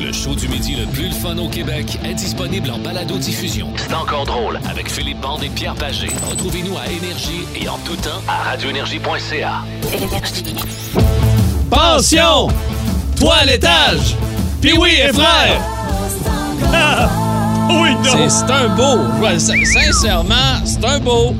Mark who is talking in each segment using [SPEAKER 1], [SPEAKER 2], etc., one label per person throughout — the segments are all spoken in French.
[SPEAKER 1] Le show du midi le plus le fun au Québec est disponible en balado-diffusion. C'est encore drôle avec Philippe Bande et Pierre Pagé. Retrouvez-nous à Énergie et en tout temps à radioénergie.ca.
[SPEAKER 2] Pension! Toi l'étage! Puis oui, et frère! oui, non! C'est un beau. Ouais, sin- Sincèrement, c'est un beau.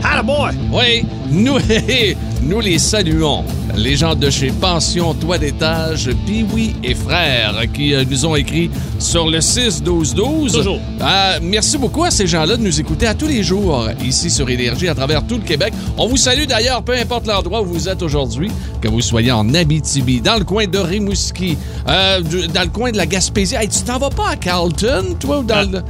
[SPEAKER 2] Oui, nous, nous les saluons. Les gens de chez Pension Toit d'étage, Piwi et Frères, qui euh, nous ont écrit sur le 6-12-12.
[SPEAKER 3] Toujours.
[SPEAKER 2] Euh, merci beaucoup à ces gens-là de nous écouter à tous les jours ici sur Énergie à travers tout le Québec. On vous salue d'ailleurs, peu importe l'endroit où vous êtes aujourd'hui, que vous soyez en Abitibi, dans le coin de Rimouski, euh, du- dans le coin de la Gaspésie. Hey, tu t'en vas pas à Carlton, toi, ou dans
[SPEAKER 3] Ah.
[SPEAKER 2] le...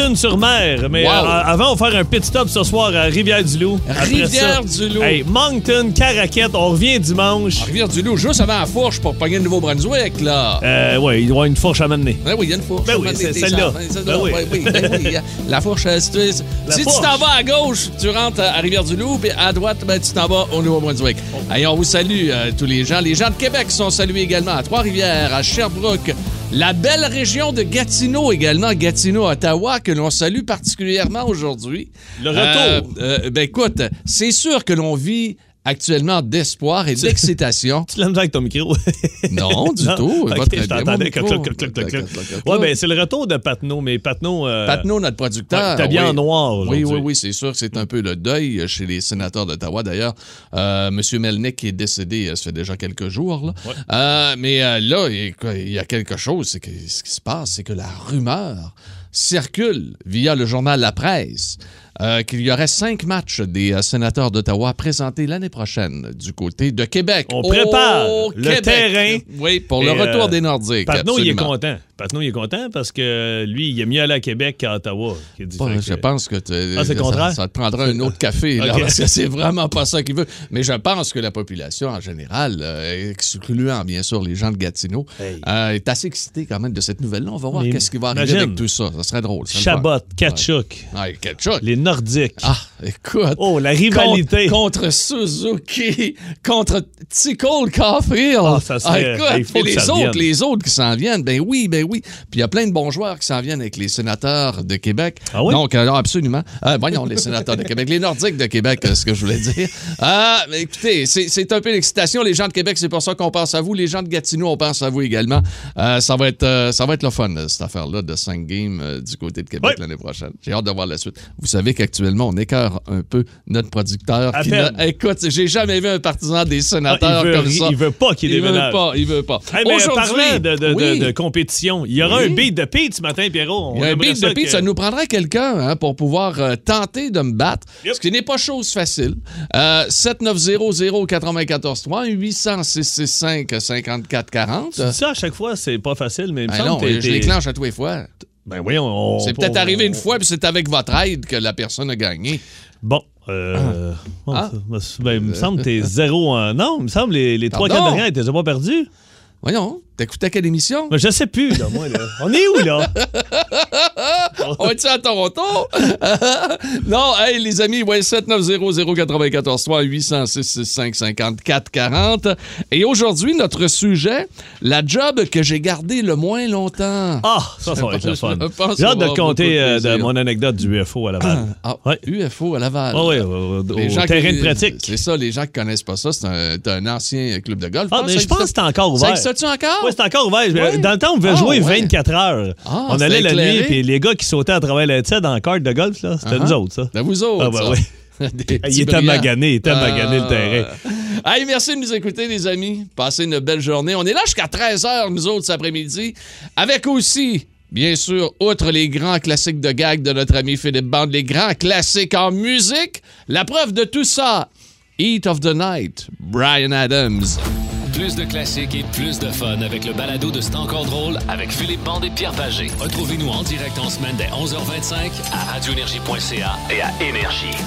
[SPEAKER 3] Carleton-sur-Mer. Mais
[SPEAKER 2] Wow.
[SPEAKER 3] euh, avant, on va faire un pit stop ce soir à Rivière-du-Loup. Après ça,
[SPEAKER 2] Rivière-du-Loup.
[SPEAKER 3] Hey, Moncton, Caraquette, on revient dimanche.
[SPEAKER 2] Rivière-du-Loup, juste avant la fourche pour pogner le Nouveau-Brunswick, là.
[SPEAKER 3] Euh, ouais, il doit y avoir une fourche à m'amener.
[SPEAKER 2] Ben oui, il y a une fourche.
[SPEAKER 3] Ben oui,
[SPEAKER 2] Des-
[SPEAKER 3] c'est
[SPEAKER 2] des
[SPEAKER 3] celle-là.
[SPEAKER 2] arbres, hein, celle-là.
[SPEAKER 3] Ben oui.
[SPEAKER 2] Ben oui, ben oui, La fourche, euh, si tu,
[SPEAKER 3] La
[SPEAKER 2] si tu
[SPEAKER 3] fourche.
[SPEAKER 2] t'en vas à gauche, tu rentres à Rivière-du-Loup, puis à droite, ben, tu t'en vas au Nouveau-Brunswick.
[SPEAKER 3] Oh.
[SPEAKER 2] Allez, on vous salue, euh, tous les gens. Les gens de Québec sont salués également à Trois-Rivières, à Sherbrooke, la belle région de Gatineau également, Gatineau, Ottawa, que l'on salue particulièrement aujourd'hui.
[SPEAKER 3] Le retour.
[SPEAKER 2] Euh, euh, ben écoute, c'est sûr que l'on vit actuellement d'espoir et d'excitation.
[SPEAKER 3] Tu l'as mis avec ton micro?
[SPEAKER 2] Non, du tout.
[SPEAKER 3] Ok,
[SPEAKER 2] Va très
[SPEAKER 3] je
[SPEAKER 2] bien, mon
[SPEAKER 3] t'entendais. Cloc,
[SPEAKER 2] micro.
[SPEAKER 3] cloc, cloc, cloc, cloc.
[SPEAKER 2] Cloc, cloc, cloc.
[SPEAKER 3] Ouais, ben c'est le retour de Patnaud, mais Patnaud. euh,
[SPEAKER 2] Patnaud, notre producteur.
[SPEAKER 3] Ouais, t'as bien
[SPEAKER 2] oui.
[SPEAKER 3] en noir aujourd'hui.
[SPEAKER 2] Oui, oui, oui, c'est sûr que c'est un peu le deuil chez les sénateurs d'Ottawa. D'ailleurs, euh, Monsieur Melnick qui est décédé, euh, ça fait déjà quelques jours. Là. Euh, mais euh, là, il il y a quelque chose. c'est que ce qui se passe, c'est que la rumeur circule via le journal La Presse euh, qu'il y aurait cinq matchs des euh, sénateurs d'Ottawa présentés l'année prochaine du côté de Québec.
[SPEAKER 3] On
[SPEAKER 2] Au
[SPEAKER 3] prépare le
[SPEAKER 2] Québec.
[SPEAKER 3] terrain.
[SPEAKER 2] Oui, pour le
[SPEAKER 3] Et,
[SPEAKER 2] retour
[SPEAKER 3] euh,
[SPEAKER 2] des Nordiques.
[SPEAKER 3] Patnaud, il est
[SPEAKER 2] absolument.
[SPEAKER 3] content. Patnaud, il est content parce que lui, il est mieux aller à Québec qu'à Ottawa. qui est
[SPEAKER 2] Pas-
[SPEAKER 3] différent
[SPEAKER 2] je
[SPEAKER 3] que-
[SPEAKER 2] pense que t'es-
[SPEAKER 3] Ah, c'est le
[SPEAKER 2] ça,
[SPEAKER 3] contraire?
[SPEAKER 2] ça te prendra un autre café, là,
[SPEAKER 3] Ok.
[SPEAKER 2] parce que c'est vraiment pas ça qu'il veut. Mais je pense que la population en général, euh, excluant bien sûr les gens de Gatineau, euh, est assez excitée quand même de cette nouvelle-là. On va voir
[SPEAKER 3] Mais
[SPEAKER 2] qu'est-ce qui va arriver
[SPEAKER 3] imagine.
[SPEAKER 2] avec tout ça. Ça serait drôle. ça serait le fun.
[SPEAKER 3] Chabot, Kachuk,
[SPEAKER 2] Ouais, Ketchuk.
[SPEAKER 3] les Nordiques.
[SPEAKER 2] Ah, écoute.
[SPEAKER 3] Oh, la
[SPEAKER 2] Contre-
[SPEAKER 3] rivalité.
[SPEAKER 2] Contre, Suzuki, contre Tickle Caulfield.
[SPEAKER 3] Ah, ça serait-
[SPEAKER 2] écoute,
[SPEAKER 3] il faut
[SPEAKER 2] et
[SPEAKER 3] que
[SPEAKER 2] les
[SPEAKER 3] ça
[SPEAKER 2] autres,
[SPEAKER 3] revienne.
[SPEAKER 2] les autres qui s'en viennent, ben oui, ben oui. Puis il y a plein de bons joueurs qui s'en viennent avec les sénateurs de Québec.
[SPEAKER 3] Ah oui?
[SPEAKER 2] Donc, alors, absolument. Euh, voyons, les sénateurs de Québec, les Nordiques de Québec, euh, ce que je voulais dire. Ah, mais écoutez, c'est c'est un peu l'excitation. Les gens de Québec, c'est pour ça qu'on pense à vous. Les gens de Gatineau, on pense à vous également. Euh, ça, va être, euh, ça va être le fun, euh, cette affaire-là de 5 games euh, du côté de Québec
[SPEAKER 3] Oui.
[SPEAKER 2] l'année prochaine. J'ai hâte de voir la suite. Vous savez qu'actuellement, on écœure un peu notre producteur.
[SPEAKER 3] À
[SPEAKER 2] qui
[SPEAKER 3] peine.
[SPEAKER 2] n'a- Écoute, j'ai jamais vu un partisan des sénateurs
[SPEAKER 3] Ah, il veut-
[SPEAKER 2] comme ça.
[SPEAKER 3] il veut pas qu'il
[SPEAKER 2] Il veut
[SPEAKER 3] déménage.
[SPEAKER 2] pas, Ah, il veut pas.
[SPEAKER 3] Hey, mais
[SPEAKER 2] Aujourd'hui-
[SPEAKER 3] parlant de, de- de-
[SPEAKER 2] Oui.
[SPEAKER 3] de compétition, il y aura
[SPEAKER 2] Oui.
[SPEAKER 3] un beat de Pete ce matin, Pierrot. On
[SPEAKER 2] Il y a un
[SPEAKER 3] aimerait
[SPEAKER 2] beat de pizza,
[SPEAKER 3] que-
[SPEAKER 2] ça nous prendrait quelqu'un hein, pour pouvoir euh, tenter de me battre,
[SPEAKER 3] Yep.
[SPEAKER 2] ce qui n'est pas chose facile. Euh, 7900-94-3, 800-665-5440.
[SPEAKER 3] Tu dis ça à chaque fois, c'est pas facile, mais il me
[SPEAKER 2] Ben
[SPEAKER 3] semble
[SPEAKER 2] non,
[SPEAKER 3] que t'es-
[SPEAKER 2] je
[SPEAKER 3] t'es-
[SPEAKER 2] déclenche à tous les fois.
[SPEAKER 3] Ben voyons, on-
[SPEAKER 2] C'est
[SPEAKER 3] on-
[SPEAKER 2] peut-être arrivé une
[SPEAKER 3] on-
[SPEAKER 2] fois, puis c'est avec votre aide que la personne a gagné.
[SPEAKER 3] Bon. Euh, bon,
[SPEAKER 2] Ah.
[SPEAKER 3] ça- ben, il me semble que t'es zéro en. Non, il me semble que les, les trois
[SPEAKER 2] Pardon?
[SPEAKER 3] quarts dernières, t'es pas perdu.
[SPEAKER 2] Voyons, t'écoutais quelle émission?
[SPEAKER 3] Mais je sais plus, là, moi, là. On est où, là?
[SPEAKER 2] On est-tu à Toronto? non, hey, les amis, ouais, 7900-94-3, 800-665-5440. Et aujourd'hui, notre sujet, la job que j'ai gardée le moins longtemps.
[SPEAKER 3] Ah, ça, ça va être le fun.
[SPEAKER 2] Je pense
[SPEAKER 3] J'ai
[SPEAKER 2] qu'on
[SPEAKER 3] hâte de
[SPEAKER 2] va
[SPEAKER 3] te
[SPEAKER 2] avoir beaucoup de
[SPEAKER 3] conter euh, de,
[SPEAKER 2] plaisir.
[SPEAKER 3] mon anecdote du UFO à Laval.
[SPEAKER 2] Ah,
[SPEAKER 3] ouais.
[SPEAKER 2] UFO à Laval.
[SPEAKER 3] Ah oui, au, au
[SPEAKER 2] Les gens qui-
[SPEAKER 3] terrain de pratique.
[SPEAKER 2] C'est ça, les gens qui connaissent pas ça, c'est un, c'est un ancien club de golf.
[SPEAKER 3] Ah, mais je pense que c'est encore
[SPEAKER 2] Ça
[SPEAKER 3] ouvert.
[SPEAKER 2] existe-tu encore?
[SPEAKER 3] Oui, c'est encore ouvert. Je-
[SPEAKER 2] Ouais.
[SPEAKER 3] Dans le temps, on pouvait
[SPEAKER 2] Ah,
[SPEAKER 3] jouer
[SPEAKER 2] ouais.
[SPEAKER 3] 24 heures.
[SPEAKER 2] Ah,
[SPEAKER 3] on allait
[SPEAKER 2] c'était
[SPEAKER 3] la
[SPEAKER 2] éclairé.
[SPEAKER 3] nuit, puis les gars qui sautaient à travers la tête dans la carte de golf, là, c'était
[SPEAKER 2] Ah,
[SPEAKER 3] nous autres, ça.
[SPEAKER 2] Ben, vous autres.
[SPEAKER 3] Ah, ben
[SPEAKER 2] ça.
[SPEAKER 3] oui.
[SPEAKER 2] Des
[SPEAKER 3] Il
[SPEAKER 2] petits
[SPEAKER 3] était
[SPEAKER 2] brillants.
[SPEAKER 3] magané, il était
[SPEAKER 2] Ah.
[SPEAKER 3] magané le terrain.
[SPEAKER 2] Hey, merci de nous écouter, les amis. Passez une belle journée. On est là jusqu'à 13h, nous autres, cet après-midi. Avec aussi, bien sûr, outre les grands classiques de gag de notre ami Philippe Bande, les grands classiques en musique, la preuve de tout ça, Heat of the Night, Brian Adams.
[SPEAKER 1] Plus de classiques et plus de fun avec le balado de C'est encore drôle avec Philippe Bande et Pierre Pagé. Retrouvez-nous en direct en semaine dès 11h25 à radioénergie.ca et à Énergie.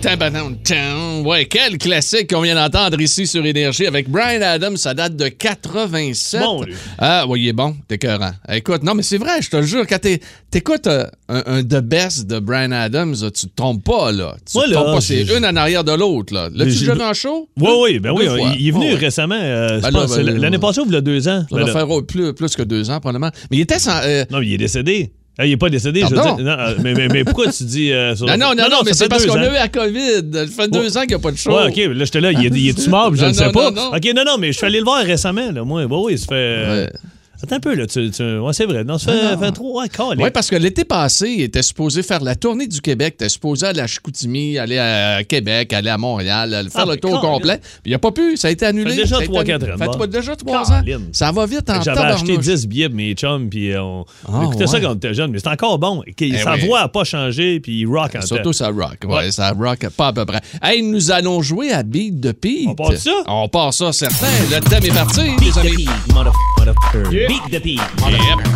[SPEAKER 2] Tabanan-tan. Ouais, quel classique qu'on vient d'entendre ici sur Énergie avec Brian Adams. Ça date de 87.
[SPEAKER 3] Bon, lui.
[SPEAKER 2] Ah, oui, il est bon. T'es écœurant. Eh, Écoute, non, mais c'est vrai, je te le jure, quand t'é- t'écoutes euh, un, un The Best de Brian Adams, tu te trompes pas, là. Tu
[SPEAKER 3] Moi,
[SPEAKER 2] te
[SPEAKER 3] là,
[SPEAKER 2] trompes pas. C'est
[SPEAKER 3] j'ai-
[SPEAKER 2] une en arrière de l'autre, là. L'as-tu
[SPEAKER 3] J'ai-
[SPEAKER 2] déjà vu en show?
[SPEAKER 3] Oui, oui, ben oui.
[SPEAKER 2] Deux fois. Ah, Oh,
[SPEAKER 3] Il est venu
[SPEAKER 2] Ouais, ouais.
[SPEAKER 3] récemment, euh, je
[SPEAKER 2] Ben là,
[SPEAKER 3] pense,
[SPEAKER 2] ben,
[SPEAKER 3] c'est l'année
[SPEAKER 2] euh,
[SPEAKER 3] passée ou il y a deux ans.
[SPEAKER 2] Ça
[SPEAKER 3] Ben
[SPEAKER 2] doit
[SPEAKER 3] là.
[SPEAKER 2] faire oh, plus, plus que deux ans, probablement. Mais il était sans. euh,
[SPEAKER 3] Non, mais il est décédé. Ah, il est pas décédé, je
[SPEAKER 2] Pardon?
[SPEAKER 3] veux dire. Non, euh, mais, mais, mais pourquoi tu dis. euh, sur-
[SPEAKER 2] non, non, non, non, mais
[SPEAKER 3] ça
[SPEAKER 2] c'est
[SPEAKER 3] fait
[SPEAKER 2] parce
[SPEAKER 3] deux
[SPEAKER 2] qu'on
[SPEAKER 3] ans.
[SPEAKER 2] a eu la COVID. Ça fait deux ans qu'il n'y a pas de show.
[SPEAKER 3] Ouais, ok, là, j'étais là, il est- il est-tu mort, je
[SPEAKER 2] Non,
[SPEAKER 3] ne sais
[SPEAKER 2] non,
[SPEAKER 3] pas.
[SPEAKER 2] non, non.
[SPEAKER 3] Ok, non, non, mais je suis allé le voir récemment, là, moi. Oui, oui, ça fait. euh,
[SPEAKER 2] Ouais. Ah,
[SPEAKER 3] Attends un peu, là, tu. tu- Ouais, c'est vrai. Non, ça fait,
[SPEAKER 2] Non, non.
[SPEAKER 3] fait trois. Ouais, calé.
[SPEAKER 2] Oui, parce que l'été passé, il était supposé faire la tournée du Québec. Il était supposé aller à Chicoutimi, aller à Québec, aller à Montréal, aller faire
[SPEAKER 3] Ah,
[SPEAKER 2] le
[SPEAKER 3] mais
[SPEAKER 2] tour au
[SPEAKER 3] Colin.
[SPEAKER 2] complet. Puis il n'a pas pu. Ça a été annulé.
[SPEAKER 3] Fait déjà
[SPEAKER 2] Ça a été
[SPEAKER 3] trois,
[SPEAKER 2] annulé.
[SPEAKER 3] quatre ans de
[SPEAKER 2] Fait
[SPEAKER 3] bord.
[SPEAKER 2] pas déjà trois ans.
[SPEAKER 3] Colin.
[SPEAKER 2] Ça va vite en
[SPEAKER 3] J'avais acheté
[SPEAKER 2] tabarnouche.
[SPEAKER 3] 10 billets pour mes chums, puis euh, on, on
[SPEAKER 2] Ah,
[SPEAKER 3] écoutait ça
[SPEAKER 2] ouais.
[SPEAKER 3] quand on était jeune, mais c'est encore bon. Et qu'il-
[SPEAKER 2] Eh
[SPEAKER 3] sa
[SPEAKER 2] oui.
[SPEAKER 3] voix n'a pas changé, puis il rock en
[SPEAKER 2] Surtout
[SPEAKER 3] tête.
[SPEAKER 2] ça rock. Ouais,
[SPEAKER 3] Ouais.
[SPEAKER 2] ça rock pas à peu près. Hey, nous allons jouer à Beat de Pete.
[SPEAKER 3] On part ça?
[SPEAKER 2] On part ça, certain. Le thème est parti, les
[SPEAKER 4] the
[SPEAKER 2] amis.
[SPEAKER 4] pig, motherfucker, motherfucker. Beat the pig, motherfucker.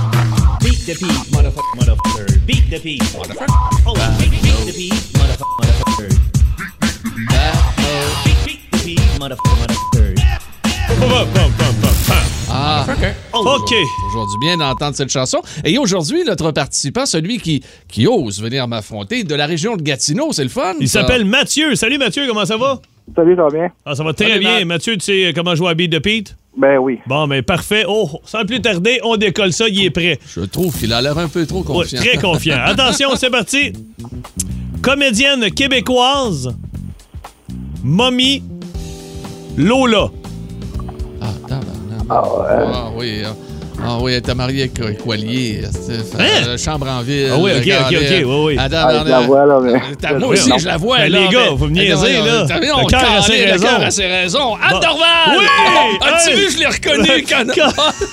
[SPEAKER 4] Beat the pig, motherfucker, motherfucker. Beat the pig, motherfucker. Oh, beat, beat the pig, motherfucker, motherfucker. Beat, beat the pig, motherfucker, motherfucker.
[SPEAKER 2] Ah.
[SPEAKER 3] OK.
[SPEAKER 2] Aujourd'hui, bien d'entendre cette chanson. Et aujourd'hui, notre participant, celui qui, qui ose venir m'affronter de la région de Gatineau, c'est le fun.
[SPEAKER 3] Il
[SPEAKER 2] ça.
[SPEAKER 3] s'appelle Mathieu. Salut Mathieu, comment ça va?
[SPEAKER 5] Salut, ça va bien?
[SPEAKER 3] Ah, ça va très
[SPEAKER 2] Salut,
[SPEAKER 3] bien.
[SPEAKER 2] Matt.
[SPEAKER 3] Mathieu, tu sais euh, comment jouer à Beat de Pete?
[SPEAKER 5] Ben oui.
[SPEAKER 3] Bon, mais parfait. Oh, sans plus tarder, on décolle ça, il est prêt.
[SPEAKER 2] Je trouve qu'il a l'air un peu trop
[SPEAKER 3] Ouais,
[SPEAKER 2] confiant.
[SPEAKER 3] très confiant. Attention, c'est parti. Comédienne québécoise, Mommy Lola.
[SPEAKER 2] Ah, tabarnak. Ah oui. hein. Ah oui, elle était mariée avec un écolier. c'est- fait- euh, Chambre en ville.
[SPEAKER 3] Hein? Ah oui, ok, ok,
[SPEAKER 2] regardez.
[SPEAKER 3] ok, oui, oui.
[SPEAKER 2] Attends,
[SPEAKER 5] Ah,
[SPEAKER 2] attends,
[SPEAKER 5] je la vois, là, mais.
[SPEAKER 2] attends, Moi aussi,
[SPEAKER 3] Non.
[SPEAKER 2] je la vois.
[SPEAKER 3] Mais
[SPEAKER 2] là,
[SPEAKER 3] les gars, vous me niaisez,
[SPEAKER 2] Attends,
[SPEAKER 3] là.
[SPEAKER 2] attends,
[SPEAKER 3] Le
[SPEAKER 2] on
[SPEAKER 3] cœur a
[SPEAKER 2] calme,
[SPEAKER 3] ses
[SPEAKER 2] Le cœur
[SPEAKER 3] raisons.
[SPEAKER 2] a ses raisons. Anne Dorval!
[SPEAKER 3] Oui!
[SPEAKER 2] As-tu
[SPEAKER 3] Hey!
[SPEAKER 2] vu, je l'ai reconnu, connard!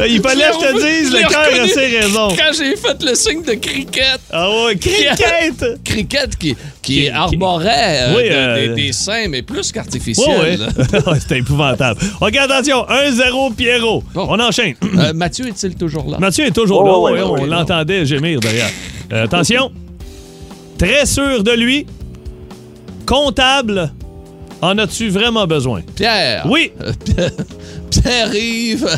[SPEAKER 3] Ben, Il fallait que je te dise, le
[SPEAKER 2] l'ai
[SPEAKER 3] cœur a
[SPEAKER 2] reconnu
[SPEAKER 3] ses raisons.
[SPEAKER 2] Quand j'ai fait le signe de cricket,
[SPEAKER 3] Ah ouais, cricket!
[SPEAKER 2] cricket qui, qui,
[SPEAKER 3] Qui-
[SPEAKER 2] arborait euh,
[SPEAKER 3] Oui,
[SPEAKER 2] de-
[SPEAKER 3] euh,
[SPEAKER 2] des, des dessins, mais plus
[SPEAKER 3] Ouais,
[SPEAKER 2] qu'artificiels.
[SPEAKER 3] ouais. Ouais, C'était épouvantable. OK, attention, 1-0 Pierrot.
[SPEAKER 2] Bon.
[SPEAKER 3] On enchaîne.
[SPEAKER 2] Euh, Mathieu est-il toujours là?
[SPEAKER 3] Mathieu est toujours
[SPEAKER 5] Oh,
[SPEAKER 3] là.
[SPEAKER 5] ouais,
[SPEAKER 3] Ouais,
[SPEAKER 5] ouais,
[SPEAKER 3] on
[SPEAKER 5] ouais,
[SPEAKER 3] l'entendait gémir derrière. Euh, attention. Très sûr de lui. Comptable. En as-tu vraiment besoin?
[SPEAKER 2] Pierre.
[SPEAKER 3] Oui.
[SPEAKER 2] Euh, Pierre- Pierre-Yves,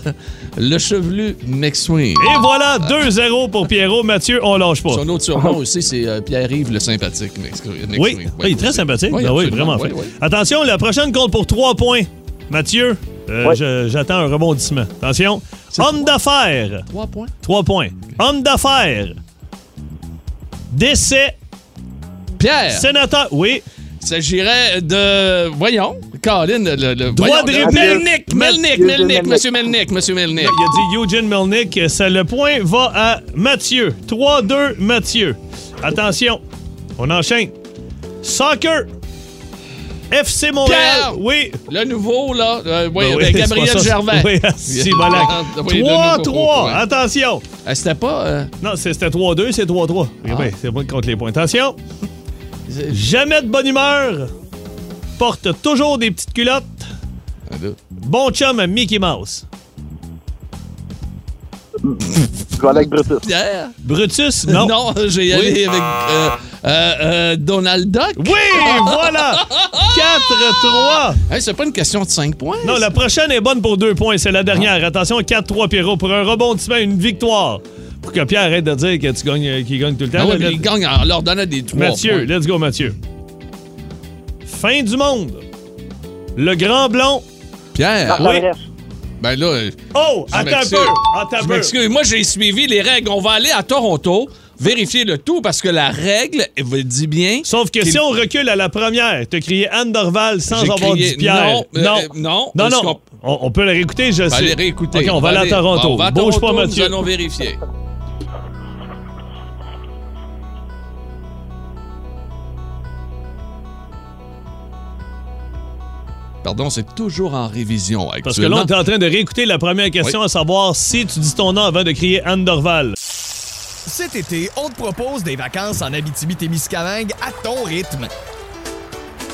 [SPEAKER 2] le chevelu McSween.
[SPEAKER 3] Et voilà, 2-0 pour Pierrot. Mathieu, on lâche pas.
[SPEAKER 2] Son autre surnom aussi, c'est euh, Pierre-Yves le sympathique. Mc- McSween.
[SPEAKER 3] Oh. Oui,
[SPEAKER 2] Ouais,
[SPEAKER 3] Ah, il est très sympathique.
[SPEAKER 2] Oui,
[SPEAKER 3] Ah oui,
[SPEAKER 2] absolument.
[SPEAKER 3] vraiment.
[SPEAKER 2] Oui,
[SPEAKER 3] fait.
[SPEAKER 2] oui.
[SPEAKER 3] Attention, la prochaine compte pour 3 points. Mathieu, euh,
[SPEAKER 5] Ouais.
[SPEAKER 3] je- j'attends un rebondissement. Attention. Homme d'affaires.
[SPEAKER 2] Trois points.
[SPEAKER 3] 3 points. Homme d'affaires. Décès.
[SPEAKER 2] Pierre,
[SPEAKER 3] Sénateur. Oui.
[SPEAKER 2] il s'agirait de. Voyons, Colin, le. le
[SPEAKER 3] Droit
[SPEAKER 2] voyons,
[SPEAKER 3] de
[SPEAKER 2] le-
[SPEAKER 3] réplique.
[SPEAKER 2] Melnick, Melnick,
[SPEAKER 5] Mathieu de
[SPEAKER 2] Melnick,
[SPEAKER 5] Melnick.
[SPEAKER 2] monsieur Melnick, monsieur Melnick.
[SPEAKER 3] Il a dit Eugene Melnick. Ça, le point va à Mathieu. 3-2, Mathieu. Attention. On enchaîne. Soccer. FC Montréal.
[SPEAKER 2] Pierre.
[SPEAKER 3] Oui.
[SPEAKER 2] Le nouveau, là, euh, oui,
[SPEAKER 3] Ben oui,
[SPEAKER 2] avec
[SPEAKER 3] c'est pas
[SPEAKER 2] Gabriel
[SPEAKER 3] ça.
[SPEAKER 2] Gervais. Ah,
[SPEAKER 3] Oui, ah,
[SPEAKER 2] Il
[SPEAKER 3] si,
[SPEAKER 2] y a-
[SPEAKER 3] voilà.
[SPEAKER 2] Oui, le nouveau,
[SPEAKER 3] 3-3.
[SPEAKER 2] ouais.
[SPEAKER 3] Attention.
[SPEAKER 2] Euh, C'était pas. euh,
[SPEAKER 3] Non, c'est- c'était 3-2, c'est 3-3.
[SPEAKER 2] Ah.
[SPEAKER 3] Oui, c'est bon contre les points. Attention. Jamais de bonne humeur. Porte toujours des petites culottes.
[SPEAKER 2] Ah,
[SPEAKER 3] Bon chum à Mickey Mouse.
[SPEAKER 5] Je vais aller avec Brutus.
[SPEAKER 2] Pierre?
[SPEAKER 3] Brutus, non.
[SPEAKER 2] Non, j'ai allé avec euh, euh, euh, Donald Duck.
[SPEAKER 3] Oui, voilà. 4-3.
[SPEAKER 2] Hey, c'est pas une question de 5 points.
[SPEAKER 3] Non, la prochaine est bonne pour deux points. C'est la dernière. Attention, 4-3, Pierrot, pour un rebondissement, une victoire. Pour que Pierre arrête de dire que tu gagnes, euh, qu'il gagne tout le temps.
[SPEAKER 2] Ah ouais,
[SPEAKER 3] Là,
[SPEAKER 2] mais
[SPEAKER 3] là-
[SPEAKER 2] il gagne en leur donnant des 3
[SPEAKER 3] Mathieu, let's go, Mathieu. Fin du monde. Le grand blond.
[SPEAKER 2] Pierre,
[SPEAKER 3] Oui.
[SPEAKER 5] Tavares.
[SPEAKER 2] ben là, euh,
[SPEAKER 3] Oh,
[SPEAKER 2] Je
[SPEAKER 3] attends un
[SPEAKER 2] m'excuse.
[SPEAKER 3] peu. Attends un
[SPEAKER 2] je
[SPEAKER 3] peu.
[SPEAKER 2] m'excuse. Moi, j'ai suivi les règles. On va aller à Toronto, vérifier le tout, parce que la règle, elle vous dit bien...
[SPEAKER 3] Sauf que
[SPEAKER 2] qu'il-
[SPEAKER 3] si on recule à la première, t'as crié Anne Dorval sans
[SPEAKER 2] J'ai
[SPEAKER 3] avoir
[SPEAKER 2] crié
[SPEAKER 3] dit Pierre.
[SPEAKER 2] non, euh,
[SPEAKER 3] non,
[SPEAKER 2] euh, non.
[SPEAKER 3] non.
[SPEAKER 2] Est-ce
[SPEAKER 3] non.
[SPEAKER 2] qu'on-
[SPEAKER 3] On, on peut la réécouter, je
[SPEAKER 2] On va
[SPEAKER 3] sais.
[SPEAKER 2] aller réécouter.
[SPEAKER 3] OK, on va aller à Toronto.
[SPEAKER 2] On va à
[SPEAKER 3] Bouge
[SPEAKER 2] Toronto,
[SPEAKER 3] pas,
[SPEAKER 2] Nous
[SPEAKER 3] Mathieu.
[SPEAKER 2] allons vérifier. Pardon, c'est toujours en révision actuellement.
[SPEAKER 3] Parce que là, on est en train de réécouter la première question, à savoir si tu dis ton nom avant de crier Anne Dorval.
[SPEAKER 6] Cet été, on te propose des vacances en Abitibi-Témiscamingue à ton rythme.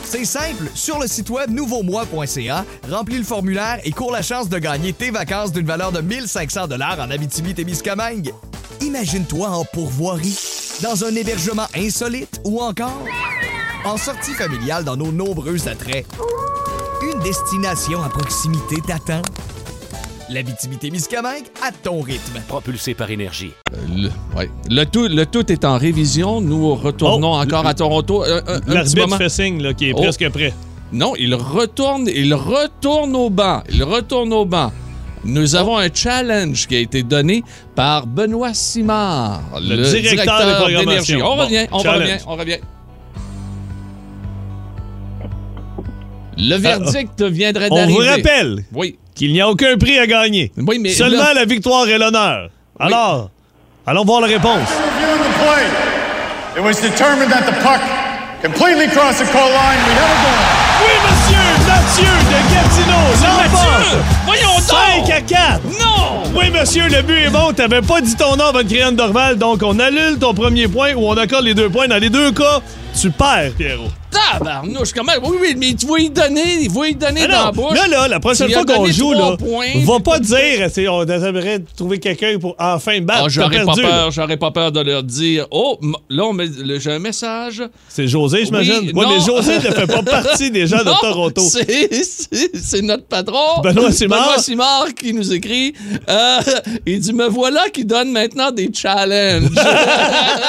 [SPEAKER 6] C'est simple, sur le site web nouveaumois.ca, remplis le formulaire et cours la chance de gagner tes vacances d'une valeur de 1500 dollars en Abitibi-Témiscamingue. Imagine-toi en pourvoirie, dans un hébergement insolite ou encore en sortie familiale dans nos nombreux attraits. Une destination à proximité t'attend. L'Abitibi-Témiscamingue à ton rythme.
[SPEAKER 1] Propulsé par énergie.
[SPEAKER 2] Le, ouais. le, tout, le tout est en révision. Nous retournons
[SPEAKER 3] Oh!
[SPEAKER 2] encore à Toronto. Un- un- un petit
[SPEAKER 3] L'arbitre
[SPEAKER 2] moment.
[SPEAKER 3] fait signe là, qui est
[SPEAKER 2] Oh.
[SPEAKER 3] presque prêt.
[SPEAKER 2] Non, il retourne, il retourne au banc. Il retourne au banc. Nous
[SPEAKER 3] Oh.
[SPEAKER 2] avons un challenge qui a été donné par Benoît Simard,
[SPEAKER 3] Le directeur des programmations.
[SPEAKER 2] d'énergie. On
[SPEAKER 3] Bon,
[SPEAKER 2] revient, on
[SPEAKER 3] challenge.
[SPEAKER 2] revient, on revient. Le verdict viendrait
[SPEAKER 3] Euh, oh. On
[SPEAKER 2] d'arriver.
[SPEAKER 3] vous rappelle
[SPEAKER 2] Oui,
[SPEAKER 3] qu'il n'y a aucun prix à gagner.
[SPEAKER 2] oui mais
[SPEAKER 3] Seulement
[SPEAKER 2] là-
[SPEAKER 3] la victoire et l'honneur. Alors, allons voir la réponse.
[SPEAKER 7] Reviewing the play, it was determined that the puck completely crossed the goal line. We have a goal.
[SPEAKER 3] Oui, monsieur, Mathieu de Gatineau,
[SPEAKER 2] Mathieu!
[SPEAKER 3] l'emporte.
[SPEAKER 2] Voyons donc!
[SPEAKER 3] 5 à 4.
[SPEAKER 2] Non!
[SPEAKER 3] Oui, monsieur, le but est bon. T'avais pas dit ton nom avant de créer une normale, donc on annule ton premier point ou on accorde les deux points. Dans les deux cas, tu perds, Pierrot.
[SPEAKER 2] Tabarnouche, comment? Oui, oui, mais tu vas y donner, il va y donner
[SPEAKER 3] Mais
[SPEAKER 2] dans
[SPEAKER 3] non,
[SPEAKER 2] la bouche.
[SPEAKER 3] là, là, la prochaine
[SPEAKER 2] Tu lui as
[SPEAKER 3] fois qu'on
[SPEAKER 2] donné
[SPEAKER 3] joue,
[SPEAKER 2] trois
[SPEAKER 3] là,
[SPEAKER 2] points.
[SPEAKER 3] va pas dire, euh, c'est- on devrait trouver quelqu'un pour enfin battre.
[SPEAKER 2] Ah,
[SPEAKER 3] T'as
[SPEAKER 2] j'aurais pas
[SPEAKER 3] perdu, là.
[SPEAKER 2] peur, j'aurais pas peur de leur dire. Oh, m- là, on met- le- j'ai un message.
[SPEAKER 3] C'est José, j'imagine.
[SPEAKER 2] Oui,
[SPEAKER 3] ouais,
[SPEAKER 2] non.
[SPEAKER 3] mais José ne fait pas partie des gens
[SPEAKER 2] Non,
[SPEAKER 3] de Toronto.
[SPEAKER 2] C'est c'est- c'est notre patron.
[SPEAKER 3] Benoît Simard.
[SPEAKER 2] Benoît Simard qui nous écrit. euh, il dit Me voilà qui donne maintenant des challenges.